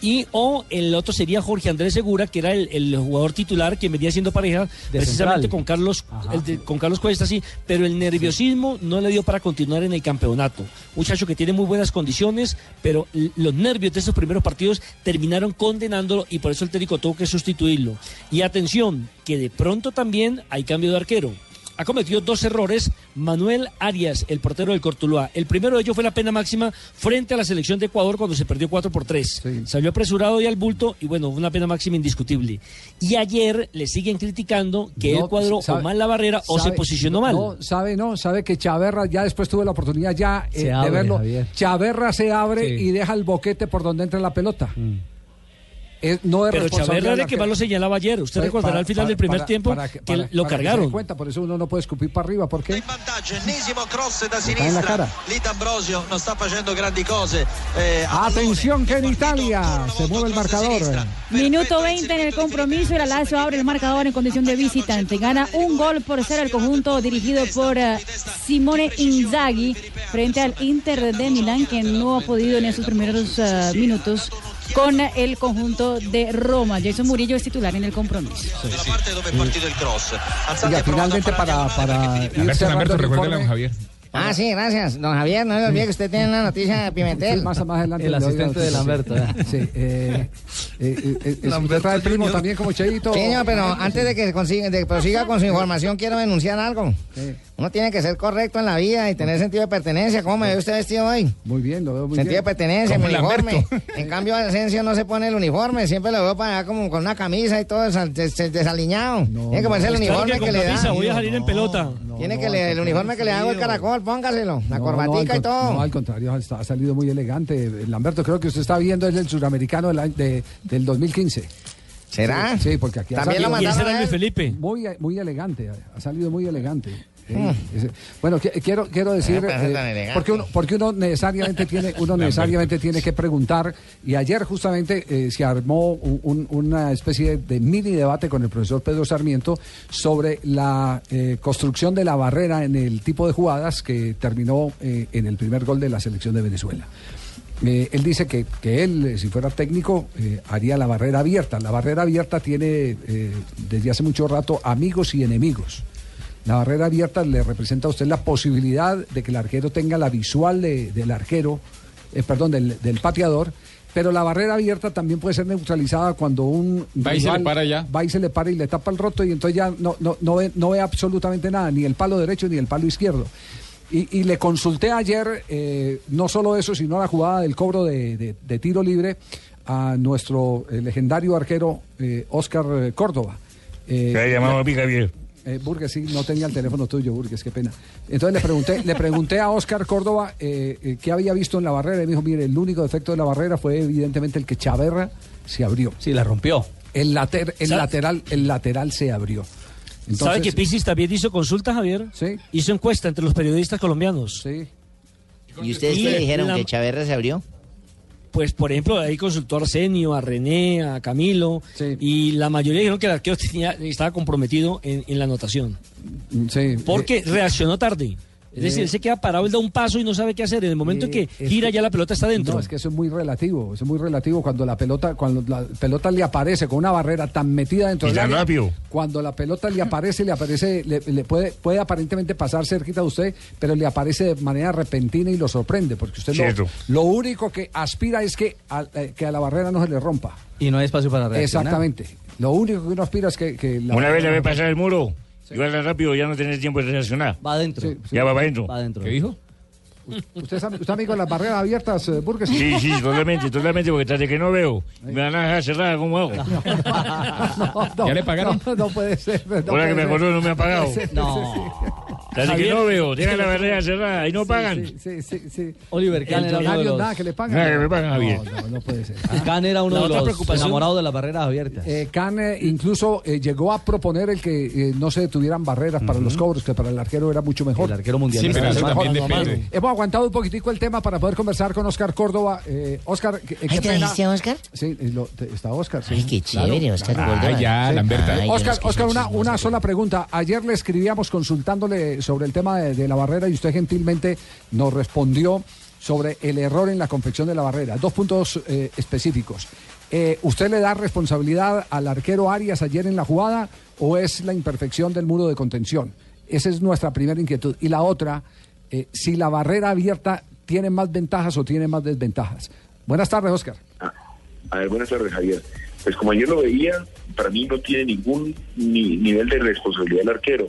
Y o el otro sería Jorge Andrés Segura, que era el, el jugador titular que venía siendo pareja precisamente
central.
con Carlos, el de- con Carlos Cuesta, sí, pero el nerviosismo no le dio para continuar en el campeonato. Muchacho que tiene muy buenas condiciones, pero l- los nervios de esos primeros partidos terminaron condenándolo y por eso el técnico tuvo que sustituirlo. Y atención, que de pronto también hay cambio de arquero. Ha cometido dos errores Manuel Arias, el portero del Cortuluá. El primero de ellos fue la pena máxima frente a la selección de Ecuador cuando se perdió 4 por 3. Salió apresurado y al bulto y bueno, fue una pena máxima indiscutible. Y ayer le siguen criticando que
No,
él cuadró
sabe-
o mal la barrera o se
sabe-
posicionó mal.
No, sabe, no, sabe que Chaverra, ya después tuve la oportunidad ya eh,
Se
de
abre,
verlo.
Javier.
Chaverra se abre
Sí.
y deja el boquete por donde entra la pelota.
Mm.
Es- no es
Pero
responsabilidad
Chaverra
del
era el que más lo
arquero.
señalaba ayer. Usted
Para-
recordará al final
para-
del primer
para-
tiempo
para
que,
para-
lo
para se
cargaron.
den cuenta, por eso uno no puede escupir para arriba, ¿por qué?
Ennesimo cross da
cae la
sinistra.
cara.
Lita Ambrosio non sta facendo grandi cose. Eh,
Ah, Atención que en Italia se mueve el marcador.
Minuto 20 en el compromiso y la Lazio abre el marcador en condición de visitante. Gana un gol por cero el conjunto dirigido por eh, Simone Inzaghi frente al Inter de Milán que no ha podido en esos primeros eh, minutos con el conjunto de Roma. Jason Murillo es titular en el compromiso.
dalla parte dove è partito il cross. Alzate e
Oiga, finalmente para, para ir
Lamberto,
cerrando
Lamberto,
el
recuérdele
informe.
a don Javier.
Ah, sí, gracias. Don Javier, no se olvide que usted tiene una noticia de Pimentel.
Más, más adelante le doy la noticia. Sí, eh, eh, eh, eh, trae el primo también como Cheito.
Sí, señor, pero antes de que consiga- de que prosiga con su información, quiero denunciar algo.
Sí.
Uno tiene que ser correcto en la vida y tener sentido de pertenencia. ¿Cómo me ve usted vestido hoy?
Muy bien, lo veo muy
Sentido de
bien.
pertenencia, mi
Como
uniforme.
Lamberto.
En cambio, Asensio no se pone el uniforme. Siempre lo veo para allá como con una camisa y todo desa- des- des- desaliñado. Tiene que ponerse el
Claro
uniforme
que
que
con
le
camisa
da.
voy a salir en pelota.
Tiene que le- el uniforme que le hago el caracol, póngaselo. La
No, no,
corbatica
al con-
y todo.
No, al contrario, ha- ha salido muy elegante. Lamberto, creo que usted está viendo es el suramericano del, año- de- del 2015.
¿Será?
Sí, sí, porque aquí ha
También lo
salido-
mandaron ¿Quién será a Luis él?
Felipe?
Muy, muy elegante, ha salido muy elegante. Sí,
Hmm.
Mm.
ese- Bueno, qui- quiero, quiero decir,
me parece
eh,
tan elegante.
porque, uno, porque uno necesariamente tiene, uno necesariamente tiene que preguntar, y ayer justamente eh, se armó un- un- una especie de mini debate con el profesor Pedro Sarmiento sobre la eh, construcción de la barrera en el tipo de jugadas que terminó eh, en el primer gol de la selección de Venezuela. Eh, él dice que, que él, eh, si fuera técnico, eh, haría la barrera abierta. La barrera abierta tiene eh, desde hace mucho rato amigos y enemigos. La barrera abierta le representa a usted la posibilidad de que el arquero tenga la visual de- del arquero, eh, perdón, del, del pateador. Pero la barrera abierta también puede ser neutralizada cuando un
Va y se le para ya.
va y se le para y le tapa el roto y entonces ya no, no, no, ve, no ve absolutamente nada, ni el palo derecho ni el palo izquierdo. Y, y le consulté ayer eh, no solo eso, sino la jugada del cobro de, de- de tiro libre a nuestro eh, legendario arquero eh, Oscar eh, Córdoba. Eh,
Se ha llamado a mí, Javier.
eh, Burgues, sí, no tenía el teléfono tuyo, Burgues, qué pena. Entonces le pregunté, le pregunté a Oscar Córdoba eh, eh, qué había visto en la barrera y me dijo, mire, el único defecto de la barrera fue evidentemente el que Chaverra se abrió.
Sí, la rompió.
El, later- el
¿Sabe?
lateral, el lateral se abrió.
¿Sabe
Entonces-
que Pisis también hizo consulta, Javier?
Sí.
Hizo encuesta entre los periodistas colombianos.
Sí.
¿Y ustedes qué le dijeron que Chaverra se abrió?
Pues, por ejemplo, ahí consultó a Arsenio, a René, a Camilo, y la mayoría dijeron que el arquero tenía- estaba comprometido en, en la anotación.
Sí,
Porque reaccionó tarde. Es decir,
eh,
él se queda parado, él da un paso y no sabe qué hacer. En el momento en
Eh,
que
es
gira,
que-
ya la pelota está dentro.
No, es que eso es muy relativo, eso es muy relativo cuando la pelota, cuando la pelota le aparece con una barrera tan metida dentro
Y
del
tan
área,
rápido.
Cuando la pelota le aparece, le aparece, le, le puede, puede aparentemente pasar cerquita de usted, pero le aparece de manera repentina y lo sorprende, porque usted
Cierto.
lo, lo único que aspira es que a, eh, que a la barrera no se le rompa.
Y no hay espacio para reaccionar.
Exactamente. Lo único que uno aspira es que, que la
Una vez le
barrera
ve
no-
pasar el muro, y va rápido, ya no tenés tiempo de reaccionar.
Va adentro.
Ya va para adentro.
Va adentro.
¿Qué dijo?
¿Usted es, am- usted es amigo de las barreras abiertas, eh, Burgues?
Sí, sí, totalmente, totalmente, porque tras de que no veo, me van a dejar cerrada como hago.
No,
¿Ya le pagaron?
No, no puede ser. no
Ahora
puede
que me
ser.
acordó, no me ha pagado.
puede ser,
Tras de que
Javier.
no veo, dejan la barrera cerrada y no
Sí,
pagan.
sí, sí, sí, sí.
Oliver Kahn
El
era uno de
millonario,
los-
nada que le pagan.
Nada que me pagan, Javier.
No, no, no puede ser.
Can era uno
La
de
otra
los
preocupación-
enamorados de las barreras abiertas.
Eh, Can eh, incluso eh, llegó a proponer el que eh, no se detuvieran barreras para los cobros, que para el arquero era mucho mejor. El arquero
mundialista Sí, pero eso también depende.
Hemos aguantado un poquitico el tema para poder conversar con Oscar Córdoba. Eh, Oscar, ¿qué, qué
Ay,
pena.
¿trajiste a Oscar?
Sí, eh, lo- te- está Oscar. Sí.
Ay, qué
Claro,
chévere, Oscar
claro.
Córdoba.
ya, Lamberta. Ay, yo
Oscar,
los que
Oscar,
son
una, una sola pregunta. Ayer le escribíamos consultándole sobre el tema de, de la barrera y usted gentilmente nos respondió sobre el error en la confección de la barrera. Dos puntos eh, específicos. Eh, ¿Usted le da responsabilidad al arquero Arias ayer en la jugada o es la imperfección del muro de contención? Esa es nuestra primera inquietud. Y la otra, eh, si la barrera abierta tiene más ventajas o tiene más desventajas. Buenas tardes, Oscar.
A ver, buenas tardes, Javier. Pues como yo lo veía, para mí no tiene ningún ni- nivel de responsabilidad el arquero.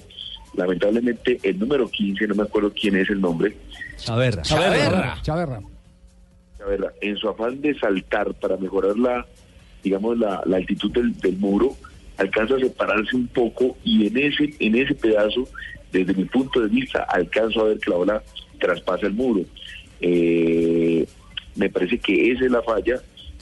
Lamentablemente, el número 15, no me acuerdo quién es el nombre,
Chaverra.
Chaverra. Chaverra.
la verdad, en su afán de saltar para mejorar la, digamos, la, la altitud del, del muro, alcanza a separarse un poco y en ese, en ese pedazo, desde mi punto de vista, alcanzo a ver que la bola traspasa el muro. Eh, me parece que esa es la falla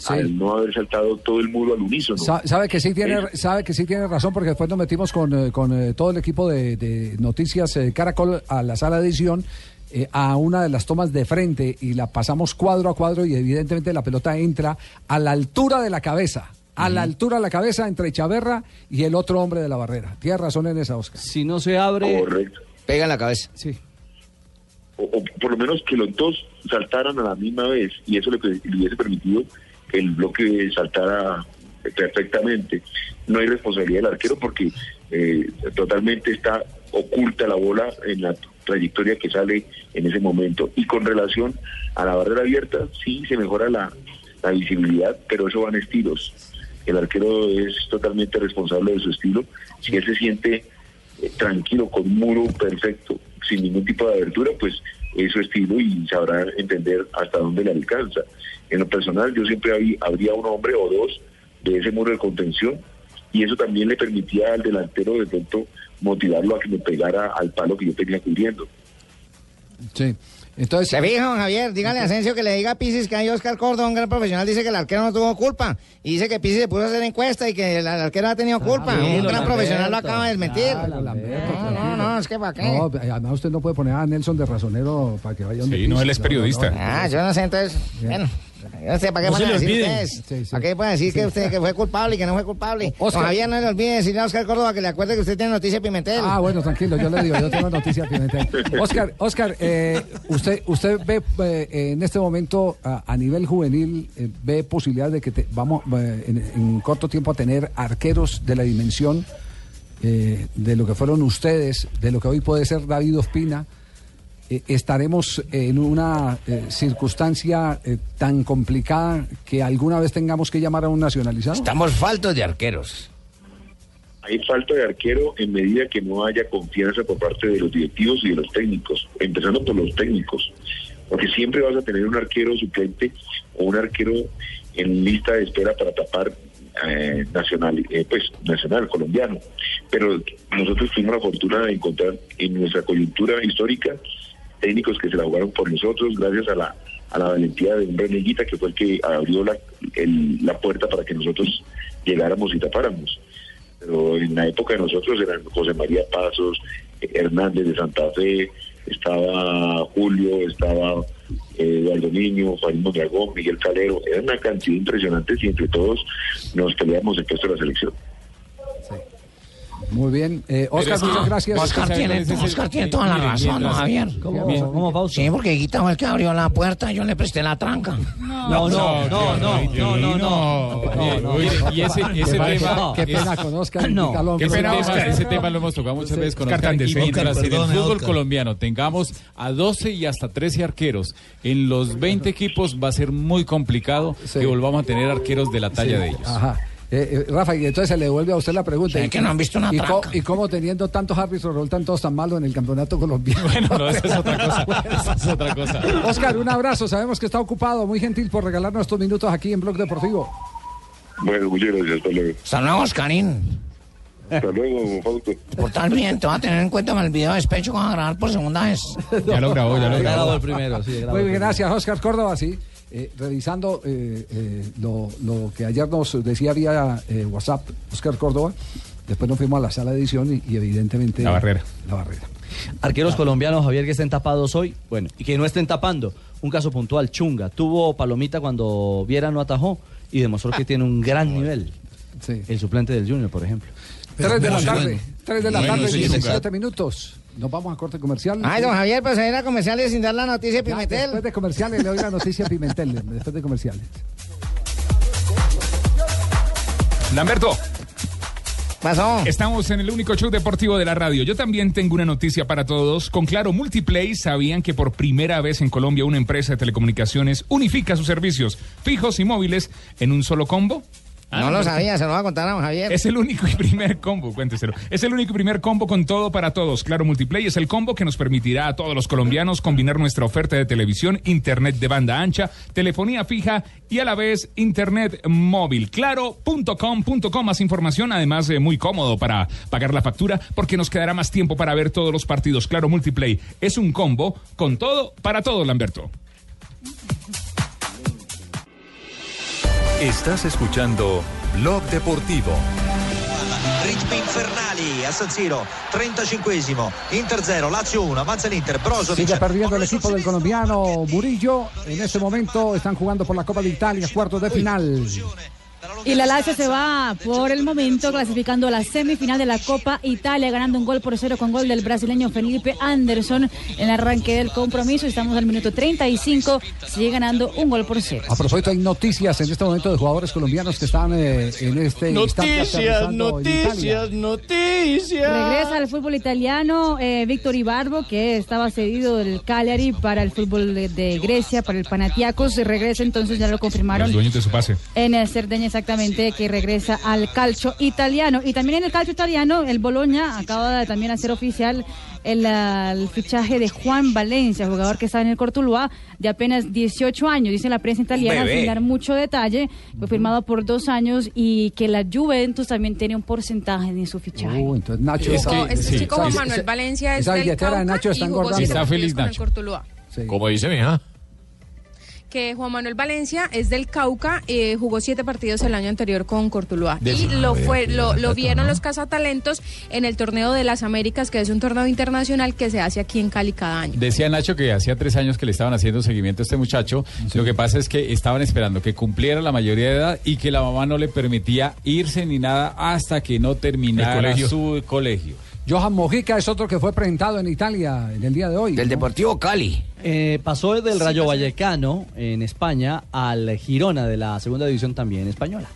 al no haber saltado todo el muro al unísono.
Sa- Sabe que sí tiene,
Es-
sabe que sí tiene razón porque después nos metimos con, eh, con, eh, todo el equipo de, de noticias eh, Caracol a la sala de edición eh, a una de las tomas de frente y la pasamos cuadro a cuadro y evidentemente la pelota entra a la altura de la cabeza, a la altura de la cabeza entre Chaverra y el otro hombre de la barrera. Tiene razón en esa, Oscar.
Si no se abre,
pega en la cabeza. Sí.
o, o por lo menos que los dos saltaran a la misma vez y eso le, pe- le hubiese permitido que el bloque saltara eh, perfectamente. No hay responsabilidad del arquero porque eh, totalmente está oculta la bola en la trayectoria que sale en ese momento. Y con relación a la barrera abierta, sí se mejora la, la visibilidad, pero eso van estilos. El arquero es totalmente responsable de su estilo. Si él se siente eh, tranquilo, con un muro perfecto, sin ningún tipo de abertura, pues es su estilo y sabrá entender hasta dónde le alcanza. En lo personal, yo siempre habí- habría un hombre o dos de ese muro de contención y eso también le permitía al delantero de pronto motivarlo a que me pegara al palo que yo tenía cubriendo.
Sí. Entonces,
Se fijan, don Javier, dígale a Asensio que le diga a Pisis que hay Oscar Córdoba, un gran profesional, dice que el arquero no tuvo culpa. Y dice que Pisis se puso a hacer encuesta y que el, el arquero no ha
Ah,
tenido culpa.
bien,
un
don
gran
Lamberto.
profesional lo acaba de desmentir.
no, no, es que para qué. además usted no puede poner a Nelson de razonero para que vaya donde
Sí, no,
Pisis.
él es periodista.
Ah, yo no sé, entonces, bueno. Yo no sé, ¿para qué
No se
van a
le
decir
olviden.
ustedes?
Sí, sí.
¿Para qué van a decir que usted que fue culpable y que no fue culpable? Don
Oscar.
Javier, no le olvide decirle a Oscar Córdoba que le acuerde que usted tiene noticia de Pimentel.
Ah, bueno, tranquilo, yo le digo, yo tengo noticia Pimentel. Oscar, Oscar eh, usted, usted ve eh, en este momento a, a nivel juvenil, eh, ve posibilidades de que te- vamos eh, en, en corto tiempo a tener arqueros de la dimensión eh, de lo que fueron ustedes, de lo que hoy puede ser David Ospina. Eh, estaremos en una eh, circunstancia eh, tan complicada que alguna vez tengamos que llamar a un nacionalizado.
Estamos faltos de arqueros.
Hay falta de arquero en medida que no haya confianza por parte de los directivos y de los técnicos, empezando por los técnicos, porque siempre vas a tener un arquero suplente o un arquero en lista de espera para tapar eh, nacional, eh, pues nacional colombiano. Pero nosotros tuvimos la fortuna de encontrar en nuestra coyuntura histórica técnicos que se la jugaron por nosotros, gracias a la a la valentía de un reneguita que fue el que abrió la, el- la puerta para que nosotros llegáramos y tapáramos pero en la época de nosotros eran José María Pasos, eh, Hernández de Santa Fe, estaba Julio, estaba eh, Eduardo Niño, Juan Mondragón, Miguel Calero, era una cantidad impresionante y entre todos nos peleamos el puesto de la selección.
Muy bien. Eh, Oscar,
Pero es que-
muchas gracias.
Oscar tiene, Oscar tiene toda la razón, ¿no, Javier?
¿Cómo,
cómo Sí, porque Guita fue el que abrió la puerta y yo le presté la tranca.
No, no, no, no, no, no, no.
Oye, oye, Y ese, y ese
Qué
tema.
qué pena con
Oscar.
No.
Qué pena,
Oscar.
Oscar, ese tema lo hemos tocado muchas veces con Oscar Oscar. Tández, Y ¿eh? mientras Oscar, en el perdone, fútbol Oscar. colombiano tengamos a 12 y hasta 13 arqueros en los 20 equipos, va a ser muy complicado que volvamos a tener arqueros de la talla de ellos.
Ajá. Eh, Eh, eh, Rafa, y entonces se le devuelve a usted la pregunta.
Sí,
¿Y
que no han visto una
¿y, co-
tranca.
¿Y cómo teniendo tantos árbitros resultan todos tan malos en el campeonato colombiano?
Bueno, no, esa es otra cosa. Esa es otra cosa.
Oscar, un abrazo. Sabemos que está ocupado. Muy gentil por regalarnos estos minutos aquí en Blog Deportivo.
Bueno, muchas gracias. Hasta luego.
Hasta luego, Oscarín.
Hasta luego, Fausto.
Te portas bien, te vas a tener en cuenta para el video de despecho que vas a grabar por segunda vez.
Ya lo
Oh,
grabó, ya lo Ya grabó. grabó el
primero, sí,
Muy bien, gracias, Oscar Córdoba. Sí, eh, revisando eh, eh, lo, lo que ayer nos decía vía eh, WhatsApp, Oscar Córdoba. Después nos fuimos a la sala de edición y, y evidentemente.
La barrera.
La barrera.
Arqueros colombianos, Javier, que estén tapados hoy, bueno, y que no estén tapando. Un caso puntual, Chunga. Tuvo palomita cuando Viera no atajó y demostró que tiene un gran nivel. El suplente del Junior, por ejemplo.
Tres de la
Bueno,
tarde,
bueno.
tres de la
Bueno,
tarde,
sí,
17 minutos. Nos vamos a corte comercial.
Ay, don Javier, pues a ir a comerciales sin dar la noticia de
Ya,
Pimentel.
Después de comerciales le doy la noticia a Pimentel, después de comerciales.
Lamberto.
Pasó.
Estamos en el único show deportivo de la radio. Yo también tengo una noticia para todos. Con Claro Multiplay sabían que por primera vez en Colombia una empresa de telecomunicaciones unifica sus servicios fijos y móviles en un solo combo. Ah,
no lo
Lamberto.
sabía, se lo va a contar a don Javier.
Es el único y primer combo, cuénteselo. Es el único y primer combo con todo para todos. Claro Multiplay es el combo que nos permitirá a todos los colombianos combinar nuestra oferta de televisión, internet de banda ancha, telefonía fija y a la vez internet móvil. Claro.com.com, más información, además eh, muy cómodo para pagar la factura porque nos quedará más tiempo para ver todos los partidos. Claro Multiplay es un combo con todo para todo, Lamberto.
Estás escuchando Blog Deportivo.
Ritmi infernali a San Siro, 35esimo, Inter 0, Lazio 1, avanza l'Inter, Brozovic,
Sigue perdiendo el equipo del colombiano Murillo. En este momento están jugando por la Copa de Italia, cuartos de final.
Y la Lazio se va por el momento clasificando a la semifinal de la Copa Italia, ganando un gol por cero con gol del brasileño Felipe Anderson en el arranque del compromiso. Estamos al minuto 35, sigue ganando un gol por cero.
A propósito, hay noticias en este momento de jugadores colombianos que están eh, en este instante
Noticias,
aterrizando en Italia.
noticias, noticias.
Regresa al fútbol italiano eh, Víctor Ibarbo, que estaba cedido del Cagliari para el fútbol de, de Grecia, para el Panathinaikos. Regresa entonces, ya lo
Los
confirmaron
dueños de su pase.
en el Cerdeña exactamente que regresa al calcio italiano y también en el calcio italiano el Boloña acaba de también hacer oficial el, ah, el fichaje de Juan Valencia jugador que está en el Cortuluá de apenas 18 años dice la prensa italiana
Bebé.
sin dar mucho detalle fue firmado por dos años y que la Juventus también tiene un porcentaje en su fichaje
Uh, entonces Nacho
Este
está-
este
sí,
chico Juan
esa-
Manuel
esa-
Valencia es
esa
del
billetera de
Cauca
Nacho está
y jugó
engordando.
siete
Está
partidos
feliz
con el
Nacho.
Cortuluá.
Como dice mi hija.
Que Juan Manuel Valencia es del Cauca, eh, jugó siete partidos el año anterior con Cortuluá. De- y lo, Ah, vea, fue, qué lo, lo bacano, vieron ¿no? los cazatalentos en el torneo de las Américas, que es un torneo internacional que se hace aquí en Cali cada año.
Decía Nacho que hacía tres años que le estaban haciendo seguimiento a este muchacho. Lo que pasa es que estaban esperando que cumpliera la mayoría de edad y que la mamá no le permitía irse ni nada hasta que no terminara
El colegio.
su colegio.
Johan Mojica es otro que fue presentado en Italia en el día de hoy. Del
Deportivo Cali. Eh, pasó del
Sí,
Rayo
pasó.
Vallecano en España al Girona de la segunda división también española.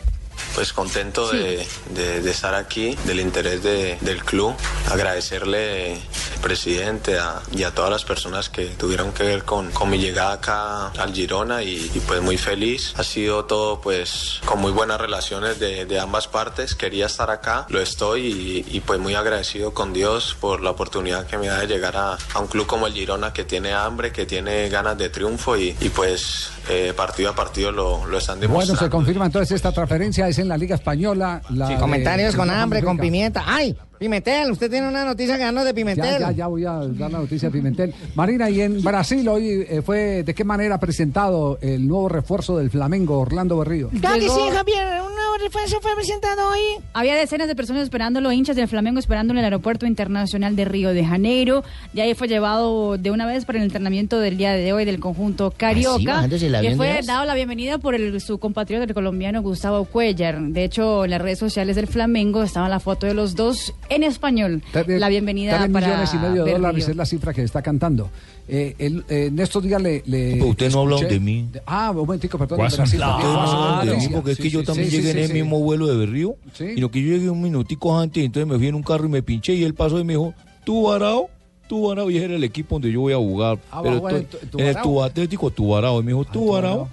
Pues contento de, de- de estar aquí, del interés de- del club, agradecerle al presidente a- y a todas las personas que tuvieron que ver con, con mi llegada acá al Girona y, y pues muy feliz. Ha sido todo pues con muy buenas relaciones de, de ambas partes. Quería estar acá, lo estoy y, y, pues muy agradecido con Dios por la oportunidad que me da de llegar a, a un club como el Girona que tiene hambre, que tiene ganas de triunfo y, y, pues eh, partido a partido lo, lo están demostrando.
Bueno, se confirma entonces esta transferencia, es en la Liga Española. la
Sí,
de-
comentarios
Comentarios con
de Johan
hambre, con
Mojica.
pimienta. ¡Ay! Pimentel, usted tiene una noticia que darnos de
Ya,
Pimentel.
ya, ya voy a dar la noticia a Pimentel. Marina, y en Brasil hoy eh, fue de qué manera presentado el nuevo refuerzo del Flamengo, Orlando Berrío.
Dale,
Llegó-
sí, Javier, un nuevo refuerzo fue presentado hoy.
Había decenas de personas esperándolo, hinchas del Flamengo esperando en el aeropuerto internacional de Río de Janeiro. De ahí fue llevado de una vez para el entrenamiento del día de hoy del conjunto
Ah, sí,
Carioca,
bajándose el
que
avión de
fue
vez.
dado la bienvenida por el, su compatriota el colombiano Gustavo Cuellar. De hecho, en las redes sociales del Flamengo estaba la foto de los dos en español. la bienvenida
Tres
para
millones y medio de
Berrío.
dólares es la cifra que está cantando. Eh, el- eh, en estos días le... le
Pero usted no ha hablado
escuché-
de mí.
Ah, un momentico, perdón.
Guasa.
Brasil
Claro,
también. Guasa,
de mí,
Brasil.
porque es
Sí,
que yo
sí,
también
sí, sí,
llegué en el
sí.
mismo vuelo de Berrío,
Sí.
sino que yo llegué un minutico antes, entonces me fui en un carro y me pinché y él pasó y me dijo, tú varao, tú varao, y ese era el equipo donde yo voy a jugar.
Ah, va a
Pero
jugar en
estoy-
Tu-
en el
Tubarão.
Tuba Atlético, tú varao, y me dijo, tú varao.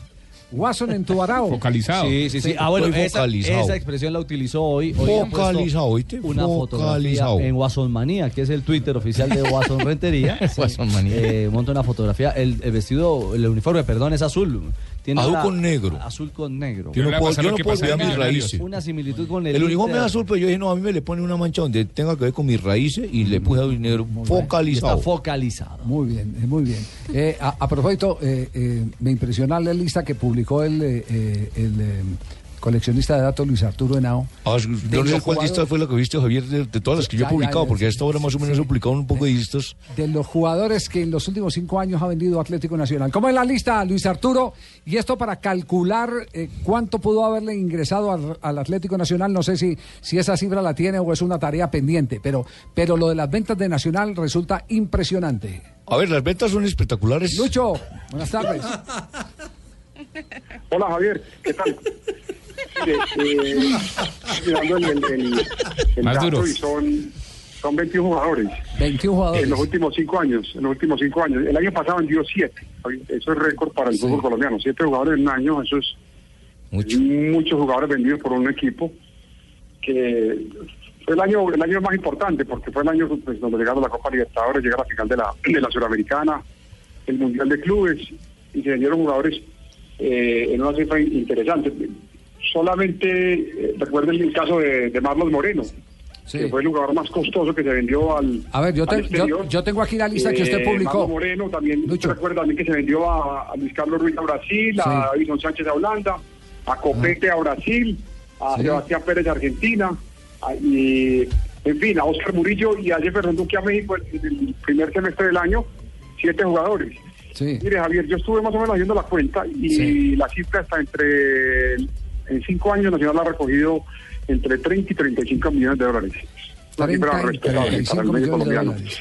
Watson en Tubarao.
Focalizado.
Sí, sí, sí. Ah, bueno,
Fue
esa,
focalizado.
esa expresión la utilizó hoy. hoy han puesto
Focalizado, ¿oíste?
Una fotografía
Focalizado.
en Watson Manía, que es el Twitter oficial de Watson Rentería. Watson Manía. monta una fotografía. El, el vestido, el uniforme, perdón, es azul.
Azul
una-
con negro.
Azul con negro.
Yo no Pero puedo- pasa yo lo no que puedo pasa en olvidar mis Millonarios. raíces.
Una similitud con el.
El uniforme es
Inter.
azul, pero yo dije, no, a mí me le pone una mancha donde tenga que ver con mis raíces y le puse azul negro focalizado.
Mm. Está
focalizado.
Muy bien, eh, muy bien. Eh, a, a propósito, eh, eh, me impresiona la lista que publicó el, eh, eh, el eh, coleccionista de datos Luis Arturo Henao.
Ah,
de
no
los
sé cuál
jugadores-
lista fue la que viste, Javier, de, de todas las que yo
Ya,
he
ya,
publicado,
ya,
porque a esta hora más o menos he publicado un poco de listas.
de los jugadores que en los últimos cinco años ha vendido Atlético Nacional. ¿Cómo es la lista, Luis Arturo? Y esto para calcular eh, cuánto pudo haberle ingresado al, al Atlético Nacional. No sé si, si esa cifra la tiene o es una tarea pendiente, pero, pero lo de las ventas de Nacional resulta impresionante.
A ver, las ventas son espectaculares.
Lucho, buenas tardes.
Hola Javier, ¿qué tal? Mire, eh, estoy mirando el, el, el- el
Más
dato
duros.
y son, son 21 jugadores.
21 jugadores.
En los últimos cinco años, en los últimos cinco años. El año pasado vendió siete. Javier. Eso es récord para el fútbol colombiano. Siete jugadores en un año, eso es muchos jugadores vendidos por un equipo que fue el año, el año más importante porque fue el año pues, donde llegaron la Copa Libertadores, llega la final de la, de la Suramericana, el Mundial de Clubes y se vendieron jugadores eh, en una cifra interesante. Solamente eh, recuerden el caso de, de Marlos Moreno, que fue el jugador más costoso que se vendió al.
A ver, yo,
al
te-
exterior.
yo, yo tengo aquí la lista que
Eh,
usted
Marlos
publicó.
Moreno también, ¿se recuerda también que se vendió a, a Luis Carlos Ruiz a Brasil, a
Sí.
Davison Sánchez a Holanda, a Copete a Brasil, a
Sí.
Sebastián Pérez a Argentina, a- y en fin, a Oscar Murillo y a Jefferson Duque a México en el primer semestre del año, siete jugadores.
Sí.
Mire, Javier, yo estuve más o menos haciendo la cuenta y la cifra está entre, en cinco años Nacional ha recogido entre 30 y 35 millones de dólares. Una cifra
30 y
respetable para
35
el medio
millones de
colombiano.
dólares.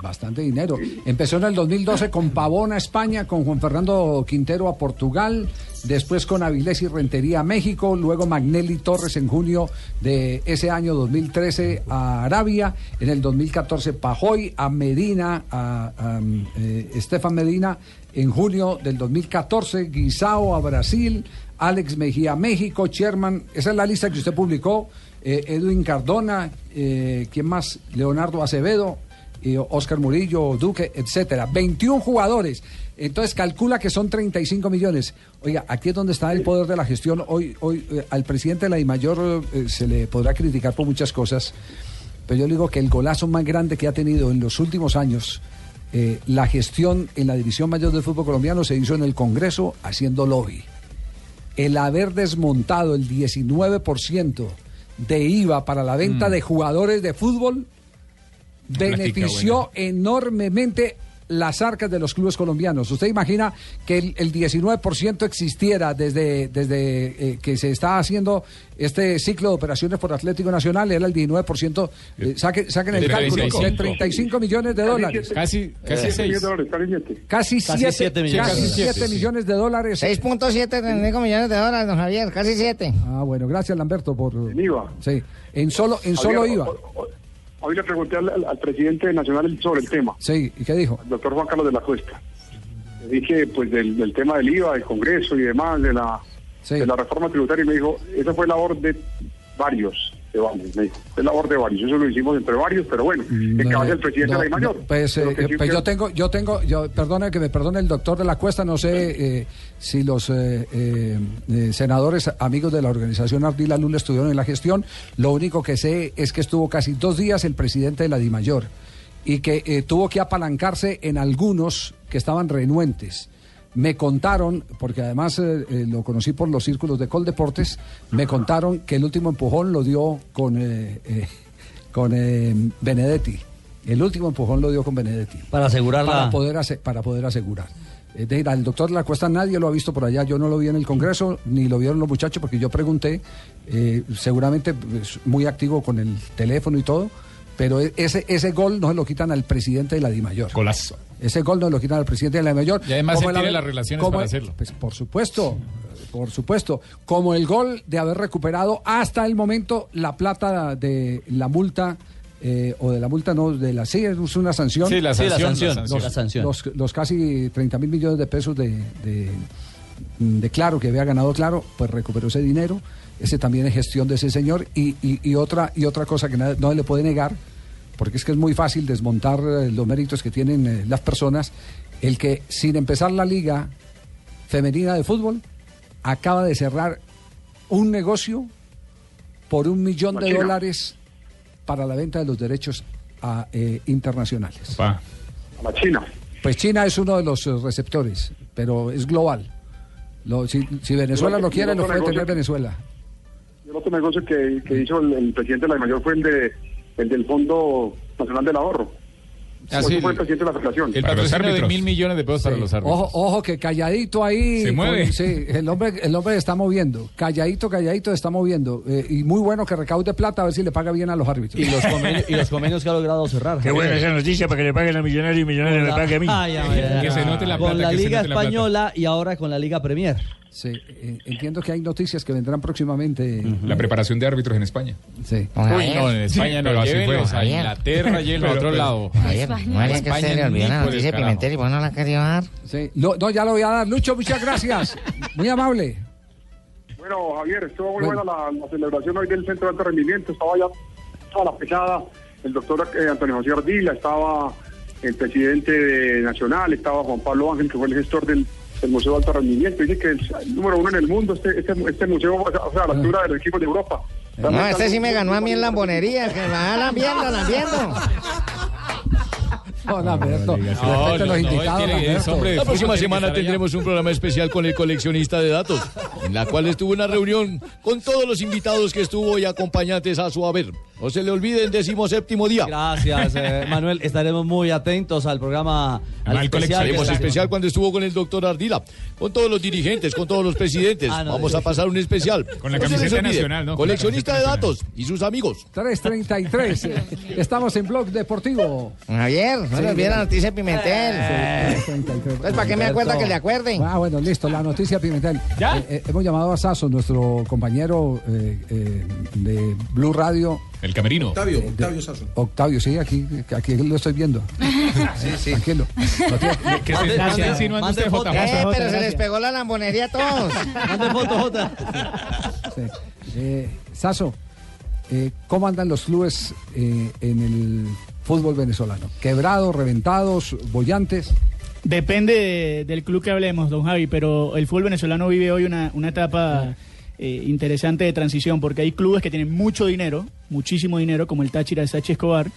Bastante dinero. Empezó en el 2012 con Pavón a España, con Juan Fernando Quintero a Portugal, después con Avilés y Rentería a México, luego Magnelli Torres en junio de ese año 2013 a Arabia, en el 2014 Pajoy a Medina, a, a, eh, Estefan Medina, en junio del 2014 Guisao a Brasil, Alex Mejía a México, Sherman, esa es la lista que usted publicó, eh, Edwin Cardona, eh, ¿quién más? Leonardo Acevedo y Oscar Murillo, Duque, etcétera. 21 jugadores. Entonces calcula que son 35 millones. Oiga, aquí es donde está el poder de la gestión. Hoy, hoy eh, al presidente de la Dimayor eh, se le podrá criticar por muchas cosas, pero yo le digo que el golazo más grande que ha tenido en los últimos años eh, la gestión en la División Mayor del Fútbol Colombiano se hizo en el Congreso haciendo lobby el haber desmontado el 19% de IVA para la venta de jugadores de fútbol benefició enormemente las arcas de los clubes colombianos. ¿Usted imagina que el, el 19% existiera desde, desde eh, que se está haciendo este ciclo de operaciones por Atlético Nacional? Era el 19%. eh, saque- saquen el
De
cálculo.
35.
De 35 millones de dólares.
Casi, casi
Siete
seis.
millones de dólares, casi siete.
Casi 7
millones. Casi siete, sí.
millones de dólares.
6.7 millones de dólares, don Javier, casi 7.
Ah, bueno, gracias Lamberto por... En
IVA.
Mm. Sí, en solo, en
Javier,
solo IVA.
Hoy le pregunté al, al- al presidente de Nacional sobre el tema,
Sí, ¿y qué dijo?
al doctor Juan Carlos de la Cuesta. Le dije pues del, del tema del IVA, del Congreso y demás, de la, de la reforma tributaria, y me dijo, esa fue labor de varios, de varios, me dijo, fue labor de varios, eso lo hicimos entre varios, pero bueno, el que va a ser el presidente
No,
de la mayor.
no, pues, eh,
que sí
pues
que-
yo tengo, yo tengo, yo, perdone que me perdone el doctor de la cuesta, no sé eh, si los eh, eh, eh, senadores amigos de la organización Ardila Lula estuvieron en la gestión. Lo único que sé es que estuvo casi dos días el presidente de la DIMAYOR y que eh, tuvo que apalancarse en algunos que estaban renuentes. Me contaron, porque además eh, eh, lo conocí por los círculos de Coldeportes, me contaron que el último empujón lo dio con eh, eh, con eh, Benedetti. El último empujón lo dio con Benedetti.
Para asegurar la-
Para poder, ase- para poder asegurar. Es decir, al doctor de la Cuesta nadie lo ha visto por allá. Yo no lo vi en el Congreso, ni lo vieron los muchachos, porque yo pregunté. eh, seguramente es muy activo con el teléfono y todo. Pero e- ese, ese gol no se lo quitan al presidente de la DIMAYOR.
Golazo.
Ese gol no se lo quitan al presidente de la DIMAYOR.
Y además
Como
él
el
tiene
haber-
las relaciones
como
para
el-
hacerlo.
pues por supuesto, por supuesto. Como el gol de haber recuperado hasta el momento la plata de la multa. eh, o de la multa, no, de la sí, es una sanción.
Sí, la Sí, la sanción, la sanción, sanción.
Los,
la sanción.
los- los casi 30 mil millones de pesos de, de, de Claro, que había ganado Claro, pues recuperó ese dinero. Ese también es gestión de ese señor. Y, y- y otra, y otra cosa que nadie- no le puede negar, porque es que es muy fácil desmontar eh, los méritos que tienen eh, las personas, el que sin empezar la liga femenina de fútbol acaba de cerrar un negocio por un millón de
Machina.
dólares para la venta de los derechos a, eh, internacionales.
a la China.
Pues China es uno de los eh, receptores, pero es global. Lo- si, si Venezuela
Igual
lo
que-
quiere,
igual
lo
con
puede
negocio
tener
que-
Venezuela.
Y El otro negocio que, que hizo el, el presidente de la mayor fue el, de, el del Fondo Nacional del Ahorro.
Ah,
Ese
sí,
fue
el-
el presidente de la federación.
El patrocinio de mil millones de pesos para los árbitros.
Ojo, ojo, que calladito ahí.
Se
con-
mueve.
sí, el hombre, el hombre está moviendo. Calladito, calladito está moviendo. Eh, y muy bueno que recaude plata a ver si le paga bien a los árbitros.
Y los convenios, y los convenios que ha logrado cerrar.
Qué buena esa noticia para que le paguen a millonario y millonario le pague a mí.
Ay, ay, ay, ay. Con la Liga Española y ahora con la Liga Premier.
Sí, eh, entiendo que hay noticias que vendrán próximamente. Eh,
La preparación de árbitros en España.
Sí.
Uy, no, en España no, pero así llévenlos fue. a Inglaterra, llévenlos a otro lado.
eh,
Javier, no haría que
España
se le olvidó
ni
la
por el
noticia de
carajo.
Pimentel y vos no la quería dar.
Sí, lo- no, ya lo voy a dar. Lucho, muchas gracias. Muy amable.
Bueno, Javier, estuvo muy buena la, la celebración hoy del Centro de Alto Rendimiento. Estaba ya toda la pesada el doctor eh, Antonio José Ardila, estaba el presidente de Nacional, estaba Juan Pablo Ángel, que fue el gestor del, del Museo de Alto Rendimiento. Dice que es el número uno en el mundo, este, este, este museo, o sea, o sea, a la altura de los equipos de Europa.
No, este sí me ganó a mí en lambonería, que la la viendo, la viendo.
Hola, Alberto.
No,
Respeta a los
no, no,
invitados,
él tiene- es
Alberto.
hombre de La próxima semana tendremos un programa especial con el coleccionista de datos, en la cual estuvo una reunión con todos los invitados que estuvo y acompañantes a su haber. No se le olvide el décimo séptimo día.
Gracias, eh, Manuel. Estaremos muy atentos al programa. Al
Al
especial que
coleccionismo
está-
especial cuando estuvo con el doctor Ardila, con todos los dirigentes, con todos los presidentes.
Ah, no,
Vamos
sí.
a pasar un especial.
Con la
se les
camiseta
olvide,
nacional, ¿no? Con la
Coleccionista de
camiseta
datos y sus amigos.
333. eh, Estamos en Blog Deportivo.
Javier, no
Sí,
le olvide la
bien.
noticia de Pimentel. Entonces, ¿para qué me acuerda que le acuerden?
Ah, bueno, listo, la noticia Pimentel. Eh, eh, hemos llamado a Sasso, nuestro compañero eh, eh, de Blue Radio.
El camerino. Octavio, Octavio Sasso.
Octavio, sí, aquí, aquí lo estoy viendo. Sí, sí. Tranquilo. eh, No tiene-
¿Qué se- qué está insinuando usted, J?
Eh, pero se les pegó la lambonería a todos.
Eh, Sasso, eh, ¿cómo andan los clubes eh, en el fútbol venezolano? ¿Quebrados, reventados, bollantes?
Depende de- del club que hablemos, don Javi, pero el fútbol venezolano vive hoy una, una etapa eh, interesante de transición, porque hay clubes que tienen mucho dinero, muchísimo dinero, como el Táchira de Sachi Escobar,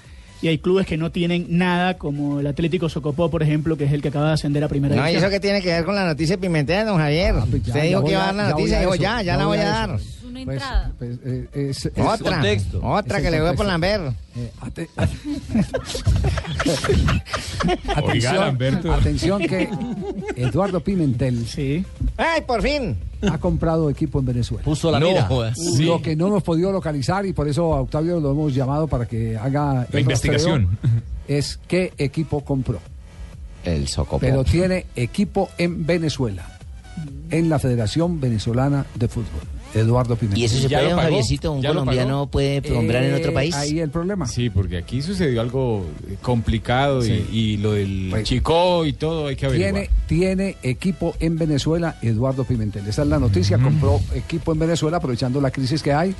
y hay clubes que no tienen nada, como el Atlético Socopó, por ejemplo, que es el que acaba de ascender a primera
No, ¿y
división.
eso qué tiene que ver con la noticia de Pimentel, don Javier?
Ah, pues ya,
Usted
ya
dijo
voy
que iba a
a-
dar la
ya voy
noticia,
a
dijo
eso,
ya, ya
ya
la
voy
voy a
a
dar.
Pues, pues, eh, es- es-
Otra,
contexto.
otra
Es
que
el
le voy por
contexto. Eh,
Lambert.
Atención, atención que Eduardo Pimentel
¡Ay, por fin!
ha comprado equipo en Venezuela.
Puso la No mira. jodas. Sí.
Lo que no hemos podido localizar y por eso a Octavio lo hemos llamado para que haga
La
el
investigación.
rastreo, es qué equipo compró.
El Socopó.
Pero tiene equipo en Venezuela, en la Federación Venezolana de Fútbol. Eduardo Pimentel.
¿Y eso se
¿Ya
puede,
lo
don
pagó?
Javiercito? ¿Un
¿Ya lo
colombiano
pagó?
puede nombrar en otro país?
Eh, Ahí el problema.
Sí, porque aquí sucedió algo eh, complicado y-
Sí.
y, lo del Chico y todo hay que averiguar.
Pues, Tiene, tiene equipo en Venezuela Eduardo Pimentel. Esa es la noticia. Compró equipo en Venezuela aprovechando la crisis que hay.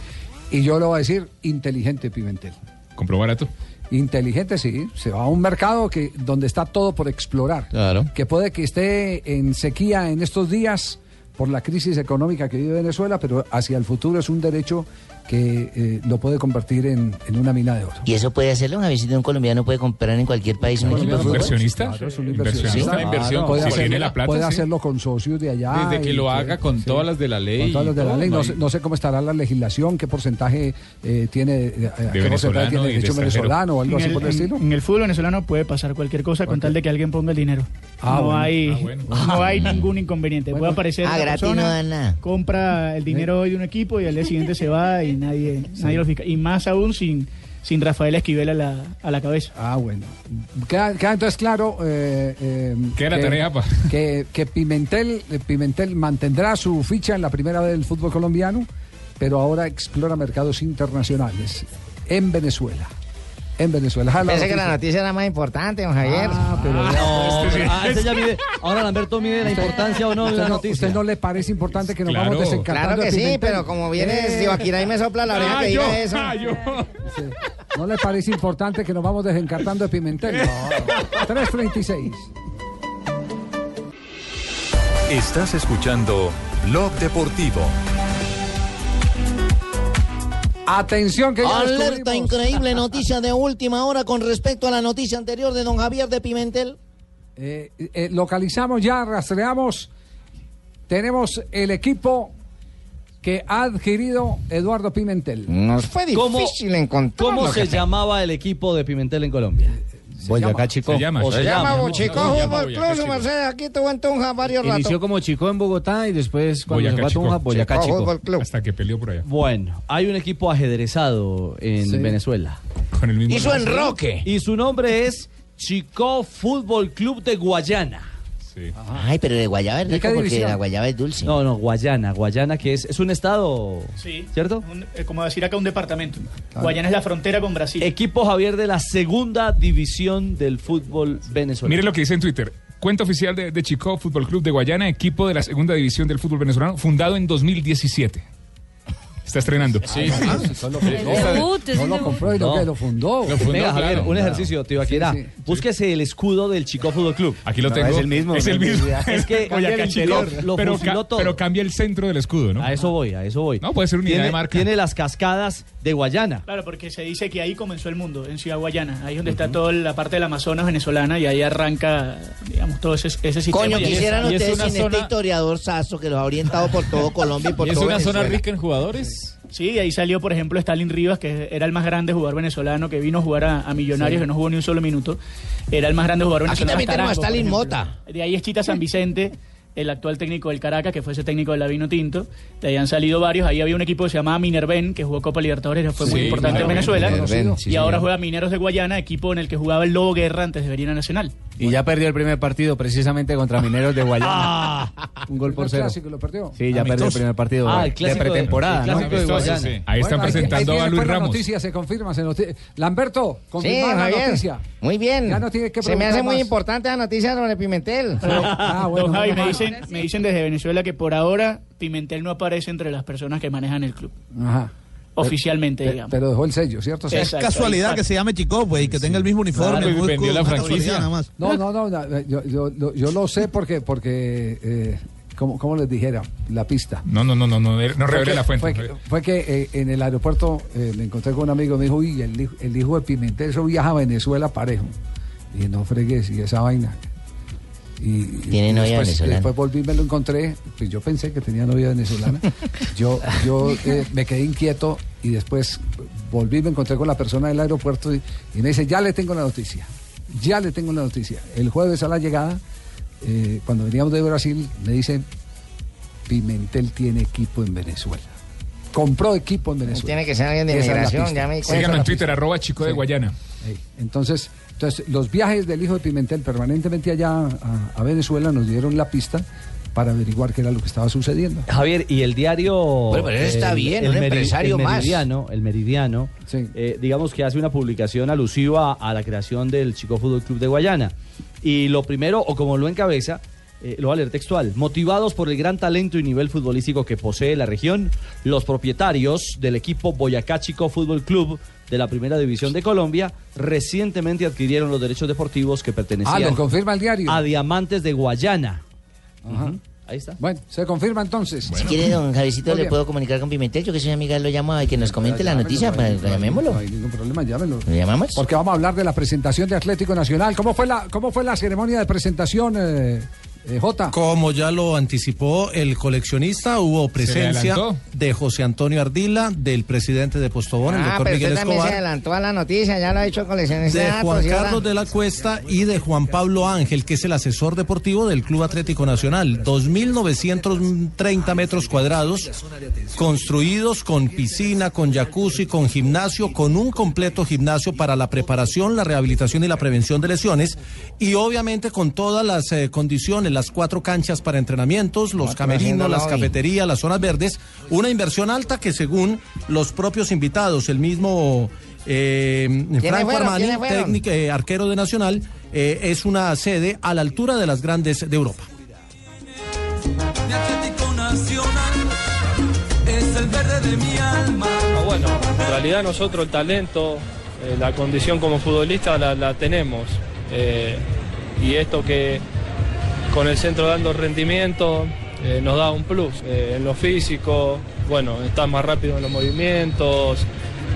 Y yo le voy a decir, inteligente Pimentel.
¿Compró barato?
Inteligente, sí. Se va a un mercado que, donde está todo por explorar.
Claro.
Que puede que esté en sequía en estos días por la crisis económica que vive Venezuela, pero hacia el futuro es un derecho que eh, lo puede convertir en, en una mina de oro.
¿Y eso puede hacerlo? ¿Un visita un colombiano puede comprar en cualquier país un equipo de fútbol?
¿Inversionista?
Sí,
¿Inversionista?
claro.
inversión.
Puede,
Si
hacerlo,
tiene la plata,
puede
sí.
hacerlo con socios de allá.
Desde que
y
lo
que-
haga con todas las de la ley.
con todas las de
y
la
todo,
ley. No,
no
sé,
hay-
no sé cómo estará la legislación, qué porcentaje eh, tiene, eh, qué porcentaje
venezolano
tiene
y de
derecho
extranjero.
venezolano o algo
en,
así
el,
por el
en-
estilo.
en el fútbol venezolano puede pasar cualquier cosa con tal de que alguien ponga el dinero.
Ah,
no
bueno.
hay,
Ah, bueno.
no hay ningún inconveniente. Puede aparecer
Ah,
una
gratis
persona,
no dan nada.
compra el dinero hoy de un equipo y al día siguiente se va y nadie, nadie lo fica. Y más aún sin, sin Rafael Esquivel a la, a la cabeza.
Ah, bueno. Queda, queda entonces claro eh, eh,
Queda la
que-
tarea, pa.
que, que Pimentel, eh, Pimentel mantendrá su ficha en la primera vez del fútbol colombiano, pero ahora explora mercados internacionales en Venezuela. en Venezuela. Esa es
Pensé que la noticia era más importante, don Javier.
Ah, pero
Ah,
vea,
no,
este sí.
ah, ese ya mide-
Ahora Lamberto mide la importancia o no de
¿Usted
la
no,
noticia.
usted no le parece importante que nos
Claro.
vamos desencantando
Claro que
de
sí,
Pimentel?
pero como viene
Eh.
si y me sopla la
Ah,
oreja que diga eso.
Sí. ¿No le parece importante que nos vamos desencartando de Pimentel? No. 336.
Estás escuchando Blog Deportivo.
Atención que ya
Alerta,
descubrimos.
increíble noticia de última hora con respecto a la noticia anterior de don Javier de Pimentel.
Eh, eh, localizamos ya, rastreamos. Tenemos el equipo que ha adquirido Eduardo Pimentel.
Nos fue
¿Cómo-
difícil encontrarlo.
¿Cómo se
jefe.
llamaba el equipo de Pimentel en Colombia? Boyacá Chico.
Se llama,
O
se
se
llama.
llama.
Bochicó
No, ya
Fútbol
Boyacá,
Club, su
Chico.
merced, aquí tuvo en Tunja varios
Inició
ratos.
como Chico en Bogotá y después cuando
Boyacá
se fue a
Chico.
Tunja, Boyacá
Chico
Chico.
Fútbol
Hasta que peleó por allá.
Bueno, hay un equipo ajedrezado en
Sí.
Venezuela.
Con el
mismo
y
Y su
su
nombre. enroque.
Y su nombre es Chico Fútbol Club de Guayana.
Ay, pero de guayaba es
¿De
rico
qué
porque
división?
la guayaba es dulce.
No, no, Guayana. Guayana que es, es un estado,
Sí.
¿cierto?
Un- eh, como decir acá un departamento.
Ah.
Guayana es la frontera con Brasil.
Equipo Javier de la segunda división del fútbol venezolano.
Mire lo que dice en Twitter. Cuenta oficial de, de Chico, Fútbol Club de Guayana, equipo de la segunda división del fútbol venezolano, fundado en 2017. Está estrenando. Ah,
Sí, sí.
Ah,
debut, es
no
un
lo
debut.
compró y lo,
No.
que lo fundó.
Venga, Javier, un ejercicio, Tibaquirá.
Sí, sí.
Búsquese el escudo del Chico Fútbol Club.
Aquí lo tengo. Es el mismo.
Es que
Boyacá
el
Chico,
interior lo
pero,
fusiló
ca-
todo.
pero cambia el centro del escudo, ¿no?
A eso voy, a eso voy.
No, puede ser una idea
tiene,
de marca.
Tiene las cascadas de Guayana.
Claro, porque se dice que ahí comenzó el mundo, en Ciudad Guayana. Ahí es donde está toda la parte del Amazonas venezolana y ahí arranca, digamos, todo ese, ese sistema.
Coño,
Y es-
quisieran
y es
ustedes
una
sin este
zona-
historiador Sasso que los ha orientado por todo Colombia y por todo Venezuela.
en jugadores? Sí, y ahí salió, por ejemplo, Stalin Rivas, que era el más grande jugador venezolano, que vino a jugar a, a Millonarios,
Sí.
que no jugó ni un solo minuto. Era el más grande jugador
Aquí
venezolano.
también tenemos a
Tarango, por
Stalin
ejemplo.
Mota.
De ahí es Chita San Vicente, el actual técnico del Caracas, que fue ese técnico del Lavino Tinto. De ahí han salido varios. Ahí había un equipo que se llamaba Minerven, que jugó Copa Libertadores, que fue muy
Sí,
importante en
Minerven,
Venezuela.
Minerven,
y
sí,
ahora
señor.
juega Mineros de Guayana, equipo en el que jugaba el Lobo Guerra antes de venir a Nacional.
Y ya perdió el primer partido precisamente contra Mineros de Guayana. Un gol por
Ah, El
cero.
clásico lo perdió.
Sí, ya perdió el primer partido
Ah, el
de
clásico de-
pretemporada.
el clásico
¿no?
de Guayana.
Sí, sí.
Ahí están
Bueno,
presentando
ahí- ahí
a Luis
después La
Ramos.
noticia se confirma. Se noti- Lamberto,
Sí,
confirmada la
Javier.
noticia.
Muy bien.
Ya no tiene que
se me hace
preguntar
muy
más. Ah,
importante la noticia sobre Pimentel.
Don Javi, me dicen, me dicen desde Venezuela que por ahora Pimentel no aparece entre las personas que manejan el club.
Ajá.
Oficialmente,
Pe-
digamos.
Pero dejó el sello, ¿cierto?
Es casualidad que se
llame Chico, pues, y que tenga el mismo
uniforme, Claro, el y escudo, vendió la una franquicia. casualidad nada más.
No, no, no, no, yo, yo- yo- yo lo sé porque, porque eh, como, como les dijera, la pista.
No, no, no, no, no, no
Fue
revele
que-
la fuente.
Fue que, fue que, eh, en el aeropuerto eh, me encontré con un amigo, me dijo, uy, el, hijo- el hijo de Pimentel, eso viaja a Venezuela parejo. Y no fregues, y esa vaina. Y,
Tiene
y
novia
después,
venezolana.
Después volví, me lo encontré, pues yo pensé que tenía novia venezolana. yo yo eh, me quedé inquieto y después volví, me encontré con la persona del aeropuerto y, y me dice, ya le tengo la noticia, ya le tengo la noticia. El jueves a la llegada, eh, cuando veníamos de Brasil, me dice, Pimentel tiene equipo en Venezuela. Compró equipo en Venezuela.
Tiene que ser alguien de
Esa es la
inmigración,
pista.
ya me di cuenta.
Síganlo en Twitter, arroba Chico de Guayana.
Entonces, entonces, los viajes del hijo de Pimentel permanentemente allá a, a Venezuela nos dieron la pista para averiguar qué era lo que estaba sucediendo.
Javier, y el diario.
Bueno, pero él está bien, un
Meri-
empresario
el
más.
Meridiano, el Meridiano, eh, digamos que hace una publicación alusiva a la creación del Chico Fútbol Club de Guayana. Y lo primero, o como lo encabeza, eh, lo va a leer textual. Motivados por el gran talento y nivel futbolístico que posee la región, los propietarios del equipo Boyacá Chico Fútbol Club de la Primera División de Colombia recientemente adquirieron los derechos deportivos que
Ah,
pertenecían
lo confirma el diario.
a Diamantes de Guayana.
Ajá.
Ahí está.
Bueno, se confirma entonces.
Si quiere, don Javicito,
Muy
le
bien.
puedo comunicar con Pimentel. Yo que soy amiga, lo llamo y que nos comente la noticia.
no hay-
pues, llamémoslo.
No hay ningún problema, llámelo.
¿Lo llamamos?
Porque vamos a hablar de la presentación de Atlético Nacional. ¿Cómo fue la, cómo fue la ceremonia de presentación, eh, eh, Jota?
Como ya lo anticipó el coleccionista, hubo presencia
adelantó?
de José Antonio Ardila, del presidente de Postobón, el
Ah,
doctor
pero usted
Miguel
también se
Escobar,
adelantó a la noticia, ya lo ha dicho coleccionista.
de
de datos,
Juan
y ahora-
Carlos de la Cuesta y de Juan Pablo Ángel, que es el asesor deportivo del Club Atlético Nacional. 2.930 metros cuadrados construidos con piscina, con jacuzzi, con gimnasio, con un completo gimnasio para la preparación, la rehabilitación y la prevención de lesiones y obviamente con todas las eh, condiciones, las cuatro canchas para entrenamientos, los camerinos, las cafeterías, las zonas verdes, una inversión alta que según los propios invitados, el mismo eh, Franco
fueron?
Armani,
¿Quiénes fueron?
técnico, eh, arquero de Nacional, eh, es una sede a la altura de las grandes de Europa.
Nacional es el verde de mi alma. Ah,
Bueno, en realidad nosotros el talento, eh, la condición como futbolista la, la tenemos. Eh, y esto que con el centro dando rendimiento eh, nos da un plus. eh, en lo físico, bueno, estás más rápido en los movimientos,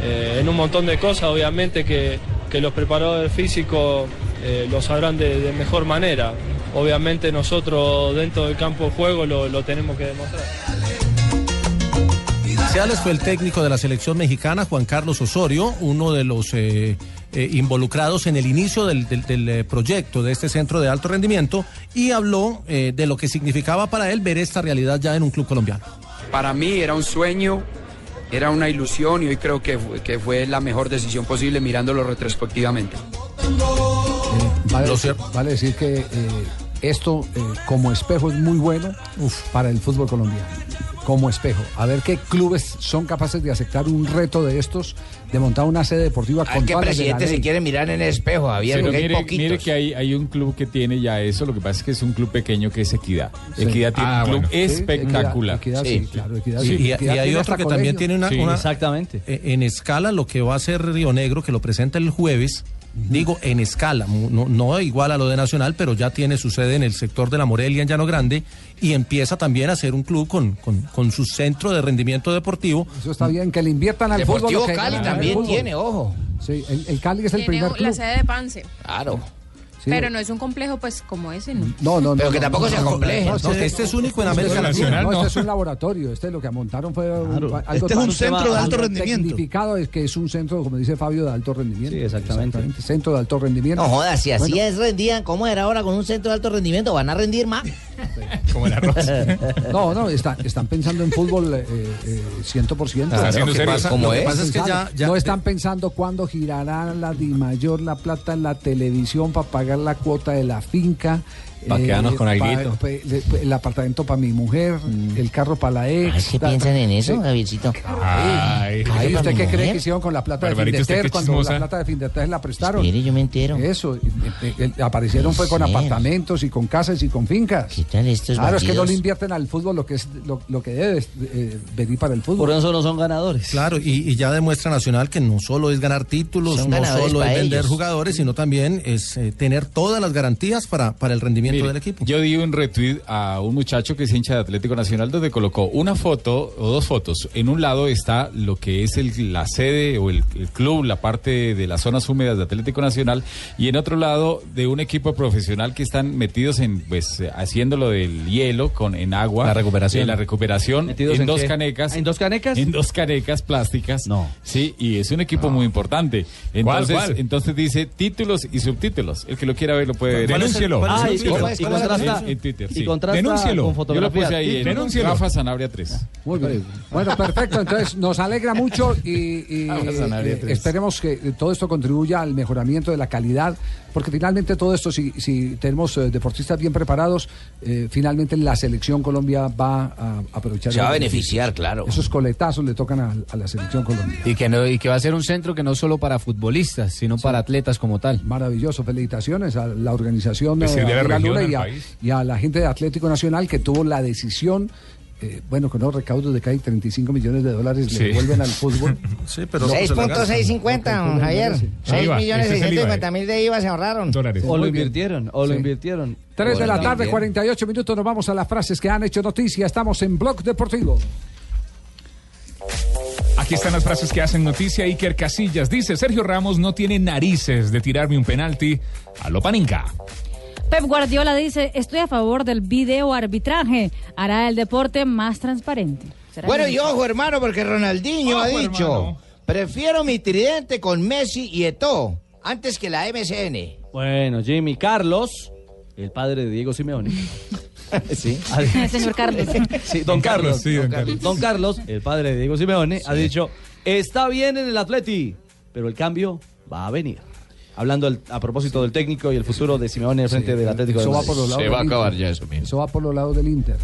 eh, en un montón de cosas obviamente que, que los preparadores físicos eh, lo sabrán de, de mejor manera. Obviamente nosotros dentro del campo de juego lo- lo tenemos que demostrar.
Seales fue el técnico de la selección mexicana, Juan Carlos Osorio, uno de los eh, eh, involucrados en el inicio del, del- del, eh, proyecto de este centro de alto rendimiento, y habló eh, de lo que significaba para él ver esta realidad ya en un club colombiano.
Para mí era un sueño, era una ilusión y hoy creo que, fu- que fue la mejor decisión posible mirándolo retrospectivamente.
Vale, decir, vale decir que eh, esto eh, como espejo es muy bueno para el fútbol colombiano. Como espejo. A ver qué clubes son capaces de aceptar un reto de estos, de montar una sede deportiva
Ay,
con
qué
todas las de la
Ah, presidente se
ley.
quiere mirar en el espejo, Javier,
Pero
porque
mire,
hay poquitos.
mire que hay, hay un club que tiene ya eso, lo que pasa es que es un club pequeño que es Equidad.
Sí.
Equidad tiene
Ah,
un club
bueno. Sí,
espectacular.
Equidad, Equidad, sí, claro, Equidad,
Sí,
sí.
y, y
Equidad
hay
tiene
otro
hasta
que
colegio.
también tiene una,
Sí.
exactamente en escala lo que va a ser Río Negro que lo presenta el jueves digo en escala mu- no, no igual a lo de Nacional pero ya tiene su sede en el sector de la Morelia en Llano Grande y empieza también a ser un club con, con, con su centro de rendimiento deportivo
Eso está bien, que le inviertan al fútbol.
Deportivo
lo que
Cali
ganan al
también
fútbol.
tiene,
ojo.
Sí, el, el Cali es el
Tiene
primer
la
club.
sede de Pance.
Claro.
Sí.
Pero no es un complejo pues como ese, ¿no?
No, no, no.
Pero
no,
que tampoco
no,
se
no, no,
acompleje,
no,
¿no?
este-
Este es único en
este
América
es
Latina,
nacional,
¿no?
No, este es un laboratorio. Este lo que amontaron fue un- algo
Este es un
tan-
centro de alto
tan
rendimiento.
Tecnificado es que es un centro, como dice Fabio, de alto rendimiento. Sí, exactamente. Centro de alto rendimiento.
No jodas, si así
Bueno,
es, rendían, ¿cómo era ahora con un centro de alto rendimiento? Van a rendir más.
Como el arroz. no, no, está- están pensando en fútbol eh, eh, 100%.
Están siendo Lo que serios. pasa-
Como
lo que pasa es que ya- ya-
no están pensando cuándo girará la Dimayor, la plata en la televisión para pagar la cuota de la finca. eh,
Pa' quedarnos con
pa-
alguito.
pa- le- pa- el apartamento para mi mujer, el carro para la ex.
¿Qué piensan en eso, Javiercito?
Ah,
Ay,
Ay,
¿usted
para
qué
mi
cree
mujer.
que hicieron con la plata de
Barbarita, usted
Findeter
qué
cuando
chismosa.
la plata de Findeter la prestaron?
Mire, yo me entero.
Eso, eh, eh, eh, aparecieron fue con
Sí.
apartamentos y con casas y con fincas. ¿Qué
tal estos
Claro, es que no
bandidos?
le invierten al fútbol lo que es lo, lo que debe eh, venir para el fútbol.
Por eso
no son ganadores.
Claro, y, y ya demuestra Nacional que no solo es ganar títulos,
Son
no
ganadores
solo es
para
vender
ellos.
jugadores, sino también es eh, tener todas las garantías para, para el rendimiento
Mire,
del equipo.
Yo di un retweet a un muchacho que es hincha de Atlético Nacional donde colocó una foto o dos fotos. En un lado está lo que es el- la sede o el, el club, la parte de las zonas húmedas de Atlético Nacional, y en otro lado de un equipo profesional que están metidos en, pues, eh, haciendo lo del hielo con en agua.
La recuperación.
En la recuperación.
¿Metidos
en,
en
dos
qué?
canecas. ¿En dos canecas? En dos canecas plásticas. No. Sí, y es un equipo muy importante.
¿Cuál,
Entonces,
cuál?
entonces dice títulos y subtítulos. El que lo quiera ver lo puede ver.
¿Cuál es el- Denúncielo. cuál es el
Ah, y-
subtítulo?
y- y
¿Cuál es la
contrasta-
referencia?
en Twitter,
Y
sí.
contrasta Denúncielo. con
Yo lo
fotografías,
puse ahí. en
títulos. Denúncielo.
Rafa Sanabria 3.
Muy bien. Bueno, perfecto. Entonces, nos alegra mucho y, y,
Vamos a ganar
eh,
de tres.
esperemos que eh, todo esto contribuya al mejoramiento de la calidad, porque finalmente todo esto, si, si tenemos eh, deportistas bien preparados, eh, finalmente la selección Colombia va a aprovechar.
Se va a
el-
beneficiar, claro.
Esos coletazos le tocan a, a la selección Colombia.
Y que, no, y que va a ser un centro que no solo para futbolistas, sino para atletas como tal.
Maravilloso, felicitaciones a la organización
Pues
eh,
sí, de la
Gabriela
región,
Luna
al
y, a,
país.
y a la gente de Atlético Nacional que tuvo la decisión, eh, bueno, con los recaudos de casi 35 millones de dólares
Sí.
le devuelven al fútbol.
Sí,
pero-
6.650, don Javier.
Sí.
6
IVA,
millones
ese es el IVA,
650 mil de IVA se ahorraron.
Dólares.
O lo
Muy bien.
invirtieron, o lo invirtieron.
3 de la
Bueno,
tarde,
bien.
48 minutos, nos vamos a las frases que han hecho noticia. Estamos en Blog Deportivo.
Aquí están las frases que hacen noticia. Iker Casillas dice, Sergio Ramos no tiene narices de tirarme un penalti a lo paninca.
Pep Guardiola dice, estoy a favor del video arbitraje, hará el deporte más transparente. ¿Será
Bueno,
que-
y ojo, hermano, porque Ronaldinho ha dicho, prefiero mi tridente con Messi y Eto'o antes que la MSN.
Bueno, Jimmy Carlos, el padre de Diego Simeone. sí. ha-
Señor Carlos.
Sí, don Carlos. don, Carlos. Don Carlos, el padre de Diego Simeone, ha dicho, está bien en el Atleti, pero el cambio va a venir. Hablando al- a propósito del técnico y el futuro de Simeone al frente del Atlético
Eso
de
va
Madrid.
por los lados del Inter. Eso va por los lados del Inter.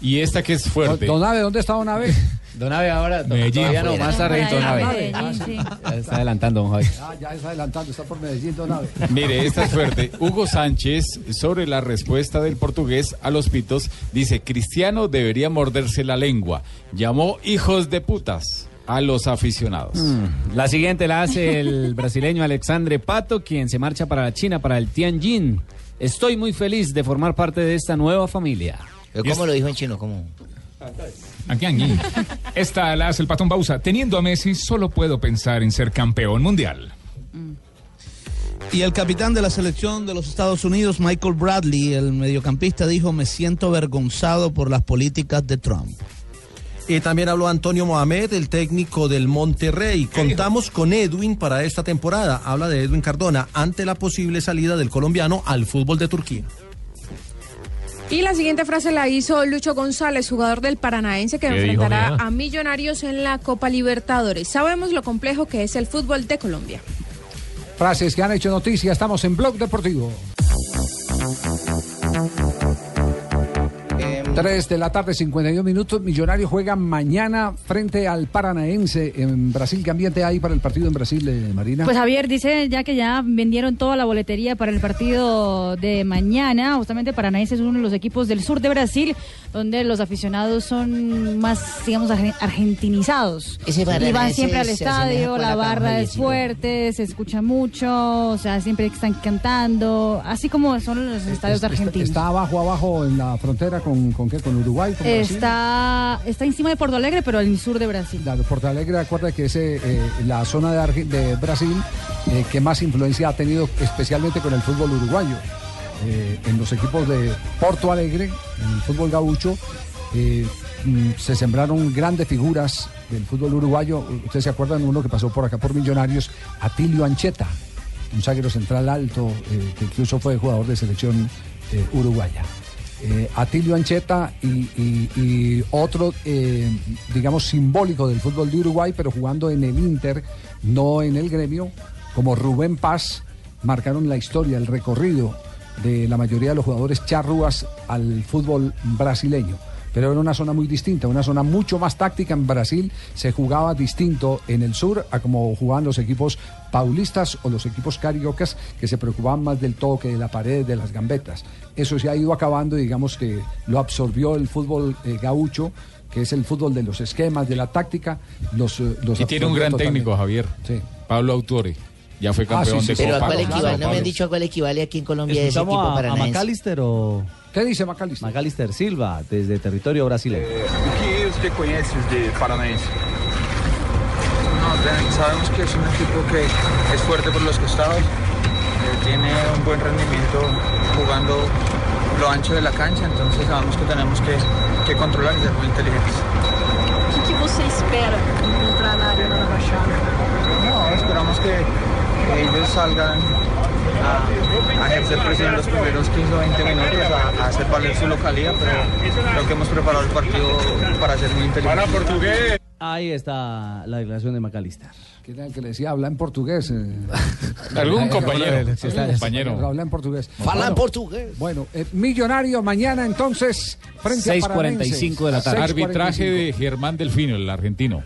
Y esta que es fuerte.
Don Ave, ¿dónde está Don Ave?
Don Ave ahora, to-
Medellín.
todavía no,
Fuera.
más tarde, Don Ave.
Ah, sí.
Ya Está adelantando, don Javi.
Ah, ya está adelantando, está por Medellín, don Ave.
Mire, esta es fuerte. Hugo Sánchez, sobre la respuesta del portugués a los pitos, dice, Cristiano debería morderse la lengua. Llamó hijos de putas a los aficionados.
Mm. La siguiente la hace el brasileño Alexandre Pato, quien se marcha para la China, para el Tianjin. Estoy muy feliz de formar parte de esta nueva familia.
¿Cómo lo dijo en chino? ¿Cómo?
Aquí, aquí. Ah, Esta la hace el patón Bausa. Teniendo a Messi, solo puedo pensar en ser campeón mundial.
Y el capitán de la selección de los Estados Unidos, Michael Bradley, el mediocampista, dijo, me siento avergonzado por las políticas de Trump.
Y también habló Antonio Mohamed, el técnico del Monterrey. Contamos con Edwin para esta temporada. Habla de Edwin Cardona ante la posible salida del colombiano al fútbol de Turquía.
Y la siguiente frase la hizo Lucho González, jugador del Paranaense que
¿Qué dijo,
enfrentará
mira?
a Millonarios en la Copa Libertadores. Sabemos lo complejo que es el fútbol de Colombia.
Frases que han hecho noticia, estamos en Blog Deportivo. 3 de la tarde, 51 minutos. Millonarios juega mañana frente al Paranaense en Brasil. ¿Qué ambiente hay para el partido en Brasil, eh, Marina?
Pues Javier dice ya que ya vendieron toda la boletería para el partido de mañana. Justamente Paranaense es uno de los equipos del sur de Brasil donde los aficionados son más, digamos, argen- argentinizados.
Ese
y van
Paranaense
siempre al
se asemeja
estadio,
con
la
la
barra
Caja
es
19.
fuerte, se escucha mucho, o sea, siempre están cantando, así como son los estadios
Está-
argentinos.
Está abajo, abajo en la frontera con, con qué, con Uruguay, con Brasil.
Está, está encima de Porto Alegre, pero al sur de Brasil.
Claro, Porto Alegre, acuerda que es eh, eh, la zona de, Arge- de Brasil eh, que más influencia ha tenido, especialmente con el fútbol uruguayo. Eh, en los equipos de Porto Alegre, en el fútbol gaucho, eh, mm, se sembraron grandes figuras del fútbol uruguayo. Ustedes se acuerdan uno que pasó por acá por Millonarios, Atilio Ancheta, un zaguero central alto, eh, que incluso fue jugador de selección eh, uruguaya. Eh, Atilio Ancheta y, y- y otro, eh, digamos, simbólico del fútbol de Uruguay, pero jugando en el Inter, no en el gremio, como Rubén Paz, marcaron la historia, el recorrido de la mayoría de los jugadores charrúas al fútbol brasileño. Pero era una zona muy distinta, una zona mucho más táctica en Brasil. Se jugaba distinto en el sur a como jugaban los equipos paulistas o los equipos cariocas que se preocupaban más del toque, de la pared, de las gambetas. Eso se ha ido acabando, y digamos que lo absorbió el fútbol eh, gaucho, que es el fútbol de los esquemas, de la táctica. Los, eh, los
Y tiene un
absorbió
gran
totalmente.
técnico, Javier. Pablo Autuori. Ya
Ah,
fue campeón de
Pero a
Copa.
cuál
con
equivale,
Sao
no me han
Paulo.
dicho a cuál equivale aquí en Colombia ese
Escuchamos
equipo
a- a,
paranaense.
Macalister o...
¿Qué dice Macalister?
Macalister Silva, desde territorio brasileño.
O que você conhece de Paranaense? sabemos que es un equipo que es fuerte por los costados, eh, tiene un buen rendimiento jugando lo ancho de la cancha, entonces sabemos que tenemos que, que controlar y ser muy inteligentes.
O que, que você espera quando entrar na Arena da Baixada?
No, esperamos que ellos salgan a, a ejercer presión los primeros 15 o 20 minutos, a, a hacer valer su localidad, pero creo que hemos preparado el partido para ser muy inteligentes.
Ahí está la declaración de Macalister.
¿Quién era el que le decía? Habla en portugués. eh?
Algún
Habla-
compañero,
habla-
sí, está
habla-
compañero.
Habla en portugués.
Fala en
Bueno,
portugués.
Bueno, eh, Millonario mañana entonces frente a
6.45 de la tarde.
Paranense.
Arbitraje de Germán Delfino, el argentino.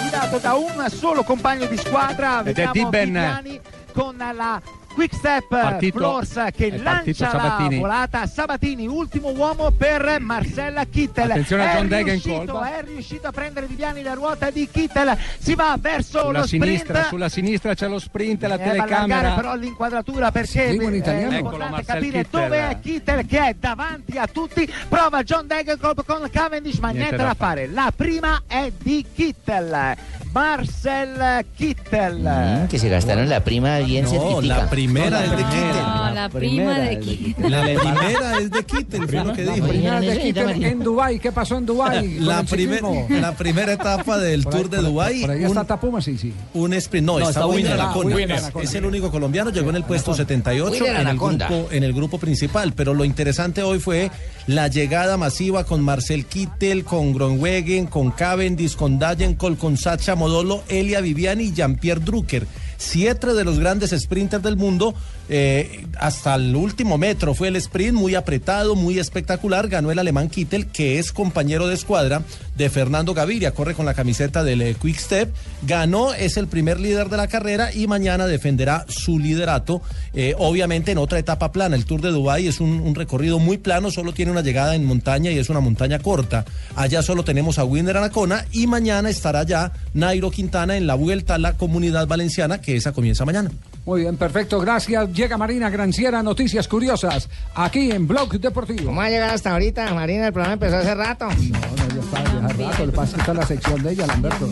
guidato da un solo compagno di squadra
Ed è
vediamo
Dibben.
Viviani con la quick step
Partito-
Flors
è
che
partito
lancia la
Sabatini.
volata Sabatini ultimo uomo per Marcella Kittel
Attenzione a
è
John Degenkolb.
riuscito, è riuscito a prendere Viviani la ruota di Kittel si va verso
Sulla
lo
sinistra,
sprint
sulla sinistra c'è lo sprint, la
Eh, va a allargare però
telecamera.
l'inquadratura perché
Seguono in
è
italiano. Eccolo
importante
Marcel
capire
Kittel.
dove è Kittel che è davanti a tutti prova John Degenkolb con Cavendish ma niente,
Niente
da
da
fare la prima è di Kittel Marcel Kittel
Mm, que se gastaron la prima bien No, certifica. la primera es de
Ah, la prima de Quito.
La primera es de Kittel, fue lo
que
dijo.
Primera de Quito en- en Dubái. ¿Qué pasó en Dubái?
La,
Con el
primer-
ciclismo.
la primera etapa del
Por ahí-
Tour de
por ahí-
Dubái.
Por ahí
un-
está Tapuma, sí, sí.
Un sprint, no,
No,
está,
está
Winner
Winner, Ah,
Anaconda.
Winner
Es-
Anaconda.
Es el único colombiano, llegó en el puesto 78
Winner
en el,
Anaconda.
grupo, en el grupo principal. Pero lo interesante hoy fue la llegada masiva con Marcel Kittel, con Gronwegen, con Cavendish, con Dagenkol, con Sacha Modolo, Elia Viviani y Jean-Pierre Drucker. Siete de los grandes sprinters del mundo, eh, hasta el último metro fue el sprint, muy apretado, muy espectacular. Ganó el alemán Kittel, que es compañero de escuadra de Fernando Gaviria, corre con la camiseta del eh, Quick Step. Ganó, es el primer líder de la carrera y mañana defenderá su liderato, eh, obviamente en otra etapa plana. El Tour de Dubái es un, un recorrido muy plano, solo tiene una llegada en montaña y es una montaña corta. Allá solo tenemos a Winder Anacona y mañana estará ya Nairo Quintana en la vuelta a la comunidad valenciana, que esa comienza mañana.
Muy bien, perfecto, gracias. Llega Marina Granciera, Noticias Curiosas, aquí en Blog Deportivo.
¿Cómo ha llegado hasta ahorita, Marina? El programa empezó hace rato.
No, no, ya está, ya hace rato. Lo que pasa es que está la sección de ella, Lamberto.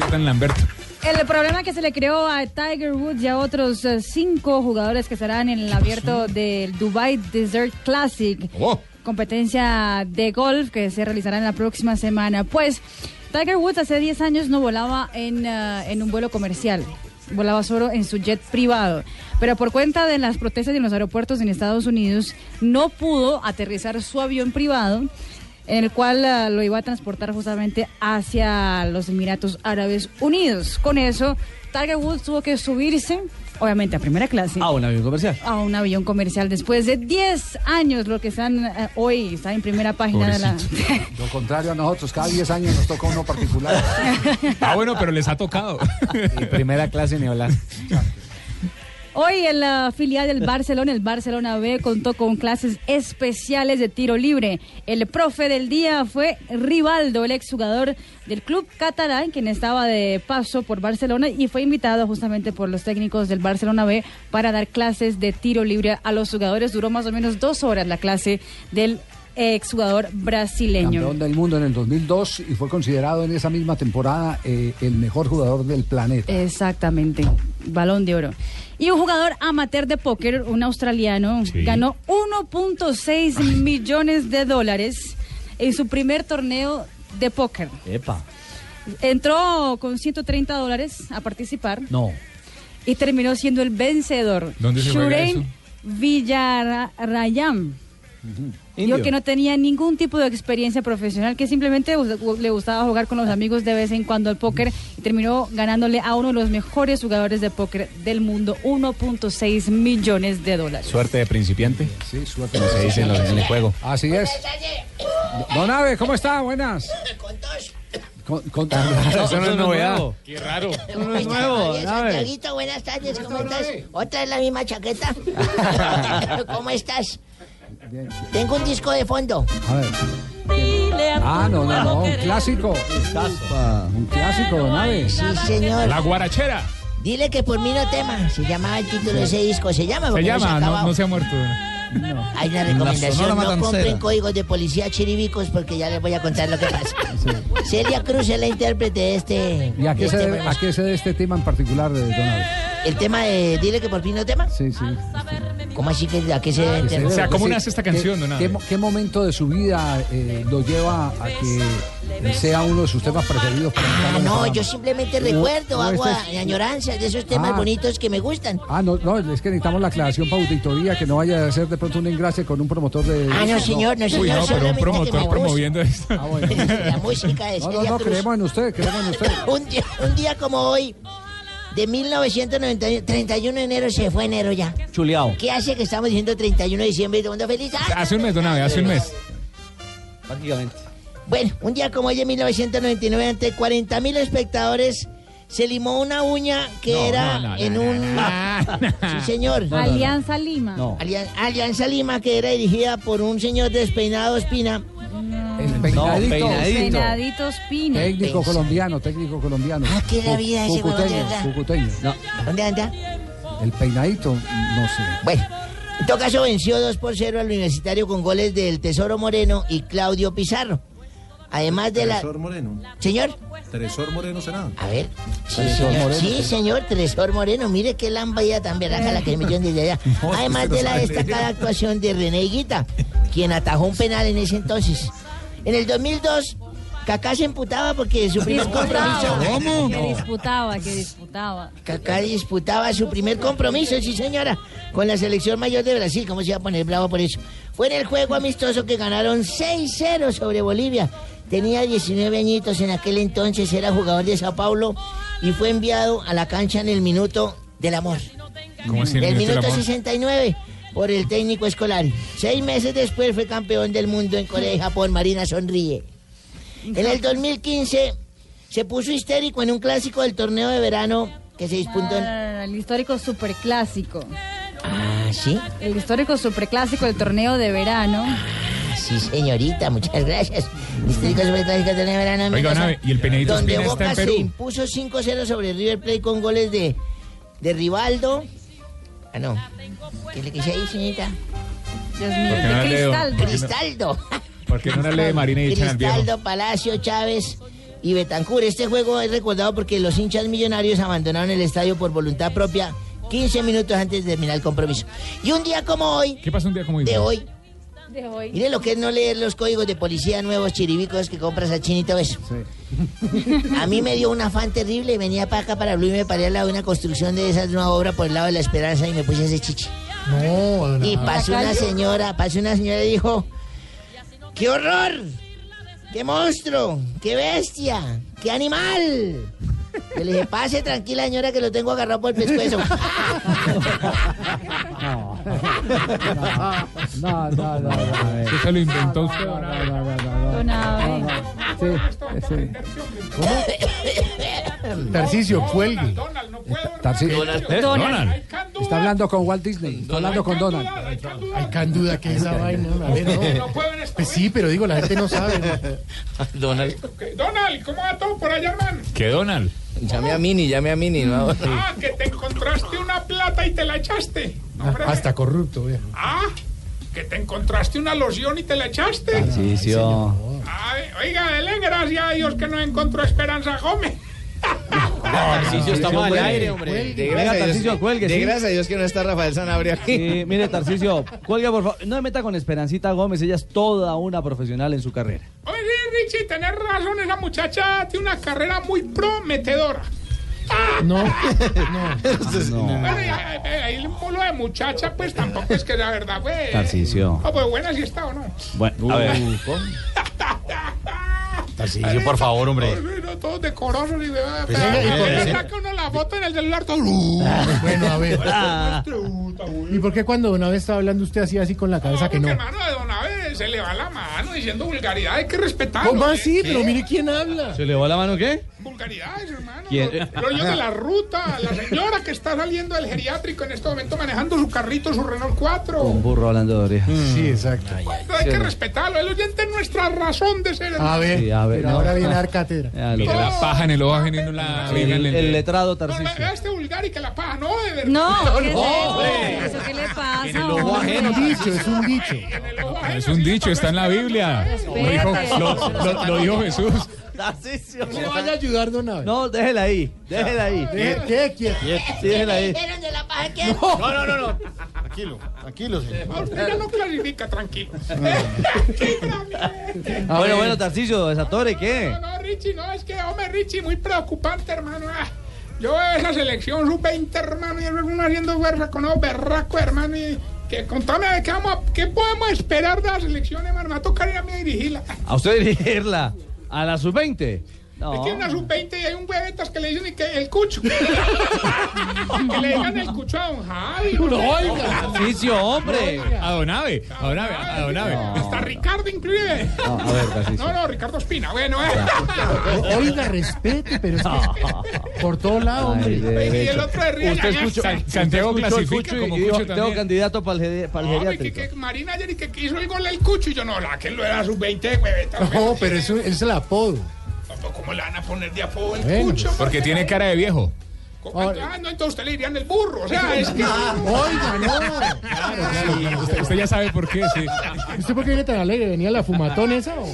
Está en Lamberto.
El problema que se le creó a Tiger Woods y a otros eh, cinco jugadores que estarán en el abierto del Dubai Desert Classic,
Oh,
Oh,
competencia de golf que se realizará en la próxima semana. Pues Tiger Woods hace 10 años no volaba en, eh, en un vuelo comercial. Volaba solo en su jet privado, pero por cuenta de las protestas en los aeropuertos en Estados Unidos no pudo aterrizar su avión privado en el cual ah, lo iba a transportar justamente hacia los Emiratos Árabes Unidos. Con eso, Tiger Woods tuvo que subirse, obviamente a primera clase,
Ah, un avión comercial.
a un avión comercial después de 10 años, lo que están eh, hoy, está en primera página de la...
Lo contrario a nosotros, cada 10 años nos toca uno particular.
Ah, bueno, pero les ha tocado.
Y primera clase ni hablar.
Hoy en la filial del Barcelona, el Barcelona B contó con clases especiales de tiro libre. El profe del día fue Rivaldo, el exjugador del club catalán, quien estaba de paso por Barcelona y fue invitado justamente por los técnicos del Barcelona B para dar clases de tiro libre a los jugadores. Duró más o menos dos horas la clase del exjugador brasileño.
Campeón del mundo en el 2002 y fue considerado en esa misma temporada eh, el mejor jugador del planeta.
Exactamente, balón de oro. Y un jugador amateur de póker, un australiano, ganó 1.6 millones de dólares en su primer torneo de póker.
Epa.
Entró con 130 dólares a participar
No.
y terminó siendo el vencedor.
¿Dónde se juega
Shurain
eso?
Villarayam. Dijo que no tenía ningún tipo de experiencia profesional, que simplemente us- le gustaba jugar con los
Ah.
amigos de vez en cuando al póker y terminó ganándole a uno de los mejores jugadores de póker del mundo 1.6 millones de dólares.
Suerte de principiante.
Sí, suerte.
Como se dice en, los- en el juego.
Así es. Don Ave, ¿cómo está? Buenas. Con, con-
Ah, Eso no es novedad.
Qué raro.
Uno
es nuevo, a ver.
Santiaguito, buenas tardes, ¿cómo estás? Otra es la misma chaqueta. ¿Cómo estás? Tengo un disco de fondo.
A ver. Ah, no, no, no, un clásico. Un clásico, Don Ave.
Sí, señor.
La guarachera.
Dile que por mí no tema. Se llamaba el título de ese disco. Se llama.
Se
porque no
llama, no,
acabado.
no se ha muerto.
Hay una
La
recomendación,
Sonora
no
Matancera.
compren códigos de policía chiribicos porque ya les voy a contar lo que pasa. Celia Cruz es la intérprete de este...
¿Y a qué,
de
se
este
debe, a qué se debe este tema en particular, eh, Don Ave?
El tema de Dile que por fin no tema.
Sí, sí.
¿Cómo así que a qué se debe? el tema?
¿Qué, qué, mo- qué momento de su vida eh, lo lleva a que eh, sea uno de sus temas preferidos? para entrar en
Ah,
el
no,
programa?
yo simplemente
No,
recuerdo,
no,
hago
este es-
añoranzas de esos temas
Ah.
bonitos que me gustan.
Ah, no, no, es que necesitamos la aclaración para auditoría, que no vaya a ser de pronto un engrase con un promotor de...
Ah, no, señor, no, señor,
Uy,
solamente que me
esto.
La música de
No, no,
Celia
no,
Cruz.
creemos en usted, creemos en usted.
un, día, un día como hoy, de 1991, 31 de enero, se fue enero ya.
Chuleado.
¿Qué hace que estamos diciendo 31 de diciembre y todo el mundo feliz? ¡Ah!
Hace un mes, don Abe, hace un mes.
Prácticamente.
Bueno, un día como hoy en 1999, ante 40 mil espectadores, se limó una uña que
No,
era
no, no,
en
no,
un... Sí, señor.
No, no, no. Alianza Lima.
Alian- Alianza, Lima, que era dirigida por un señor despeinado Espina.
Peinadito.
Peinaditos Pina.
Técnico colombiano, técnico colombiano. Ah,
qué vida ese huevón, de
cucuteño,
verdad.
cucuteño.
¿Dónde anda?
El peinadito, no sé.
Bueno, en todo caso venció 2 por 0 al universitario con goles del Tesoro Moreno y Claudio Pizarro. Además de la...
Tresor Moreno.
Señor.
Tresor Moreno será.
A ver. Sí,
Tresor
señor,
Moreno.
sí, señor, Tresor Moreno, mire qué lambaya tan veraja la que me metió desde allá.
No,
Además
usted
de
no
la
sabe
destacada
leer.
actuación de René Higuita, quien atajó un penal en ese entonces. En el 2002, Kaká se emputaba porque su primer compromiso...
Disputaba, Que disputaba, que disputaba.
Kaká disputaba su primer compromiso, sí señora, con la selección mayor de Brasil. ¿Cómo se iba a poner bravo por eso? Fue en el juego amistoso que ganaron 6-0 sobre Bolivia. Tenía 19 añitos en aquel entonces, era jugador de Sao Paulo y fue enviado a la cancha en el minuto del amor.
¿Cómo así
el,
el minuto del
minuto
amor?
69 por el técnico escolar. Seis meses después fue campeón del mundo en Corea y Japón. Marina sonríe. En el 2015 se puso histérico en un clásico del torneo de verano que se disputó en...
Ah, El histórico superclásico.
Ah, sí.
El histórico superclásico del torneo de verano.
Ah, Sí, señorita, muchas gracias. Histórico superclásico del torneo de verano. en mi
Oiga,
casa,
Nave, ¿y el Penedo
Donde
Espina está
Boca
en
se
Perú?
impuso 5-0 sobre el River Plate con goles de, de Rivaldo. Ah, no. ¿Qué le quise ahí, señorita?
¿Por
Dios
qué no la leo?
Cristaldo.
¿Por qué no-
Cristaldo.
¿Por qué no la lee Marina y echan al viejo?
Cristaldo, Palacio, Chávez y Betancur. Este juego es recordado porque los hinchas millonarios abandonaron el estadio por voluntad propia 15 minutos antes de terminar el compromiso. Y un día como hoy.
¿Qué pasa un día como hoy?
De hoy.
De hoy.
Mire lo que es no leer los códigos de policía nuevos chiribicos que compras a China y todo eso. A mí me dio un afán terrible. Venía para acá, para Blue, y me paré al lado de una construcción de esas, de una obra por el lado de la esperanza y me puse ese chichi. No, Y
no.
pasó una señora, pasó una señora y dijo: ¡Qué horror! ¡Qué monstruo! ¡Qué bestia! ¡Qué animal! Yo le dije: Pase tranquila, señora, que lo tengo agarrado por el pescuezo.
No, no, no, no.
Eso se lo inventó usted.
Sí, sí.
Tarcisio, cuelgue.
Tarci-
Donald.
¿Eh?
Donald.
Está hablando con Walt Disney. Está hablando con Donald.
Hay canduda que es esa vaina. A ver, no. Pues sí, pero digo, la gente no sabe. ¿no?
Donald.
Eh, Donald, ¿cómo va todo por allá, hermano?
¿Qué Donald? Llame a Mini, llame a Mini, ¿no?
Ah, que te encontraste una plata y te la echaste.
Ah, Hasta corrupto, viejo.
Ah, que te encontraste una loción y te la
Ah,
echaste.
Sí, sí, oh.
Ay, oiga, dele gracias a Dios que no encontró Esperanza Gómez.
Tarcicio está mal
Cuelgue.
aire, hombre.
Venga, Tarcicio, cuelgue,
de
sí.
gracias a Dios que no está Rafael Sanabria aquí.
Sí, mire, Tarcicio, cuelga, por favor. No me meta con Esperancita Gómez, ella es toda una profesional en su carrera.
Oye, Richie, tenés razón, esa muchacha tiene una carrera muy prometedora. Ah.
No.
Bueno, y ahí- ahí el polo de muchacha, pues tampoco es que la verdad, güey.
Tarcisio.
Ah, pues buena si está o no.
Bueno, a ver.
Uh, Tarcicio, por favor, hombre.
Bueno, todos decorosos y de verdad.
Pues,
pero-
sí,
pero
sí.
le saca uno la foto en el ¡uh! celular todo. Bueno, a ver. ¿Y
¿Y por qué cuando una vez estaba hablando usted hacía así con la cabeza que no?
Hermano de Don Abe se le va la mano diciendo vulgaridad, hay que respetarlo.
¿Cómo
¿eh?
así? Pero
¿Qué?
mire quién habla.
¿Se le va la mano qué?
Vulgaridades, hermano.
¿Quién?
Los rollos de la ruta, la señora que está saliendo del geriátrico en este momento manejando su carrito, su Renault 4.
Un burro hablando de oreja.
Mm.
Sí,
exacto.
Pero hay que respetarlo, el oyente es nuestra razón de ser. hermano.
A ver,
Sí, a ver,
pero
no.
ahora viene a dar cátedra.
Mira la paja en el ojo ajeno y no la
El,
viga en
el letrado
No,
Tarcicio.
no, vea este vulgar y que la paja, no, de verdad.
No, ¿qué es
hombre.
eso? ¿Qué le pasa?
Es un dicho, es un dicho.
Es un dicho, está en la Biblia. Lo dijo, lo- lo- lo dijo Jesús.
No le vaya a ayudar, don Abe.
No, déjela ahí, déjela ahí.
Deje- quede quieto.
Sí, déjela ahí.
de la paja que
No. No, no,
no. Tranquilo, tranquilo,
Ah, Usted ya no clarifica, tranquilo.
Ah, Bueno, bueno, Tarcicio, desatore, ¿qué?
No, Richie, no, es que, hombre, Richie, muy preocupante, hermano. Ah, Yo veo esa selección sub-20, hermano, y uno haciendo guerra con los berracos, hermano, y que contame de qué, vamos a- qué podemos esperar de la selección, hermano. Me va a tocar ir a mí a dirigirla.
A usted dirigirla. A la sub-20.
Es
No.
que hay una sub-20 y hay un huevetas que le dicen y que el cucho. que le digan el cucho a don Javi. hombre.
Tarcicio, hombre.
A Donave, a Donave, a Donave.
Hasta Ricardo incluye.
No, a ver, Tarcicio.
No, no, Ricardo Espina, bueno, eh.
O- Oiga, respete, pero es que por todo lado, hombre.
Y el otro de Río
Usted
ya-
escuchó-
ya-
Santiago
Escuchó el
clasifica
Cucho y
como
dijo,
Cucho
Tengo
también.
candidato para el, geri- para el
No, hombre, que,
geriátrico.
que Marina ayer y que que hizo el gol al cucho y yo no, la que lo era sub-20, hueveta.
No, pero eso es el apodo.
¿Cómo le van a poner de apodo el
Bueno.
cucho?
Porque tiene cara de viejo.
¿Cómo? Ah, no, entonces usted le dirían el burro, o sea, es que...
Oiga, no.
Usted, usted ya sabe por qué, sí.
¿Usted por qué viene tan alegre? ¿Venía la fumatón esa o?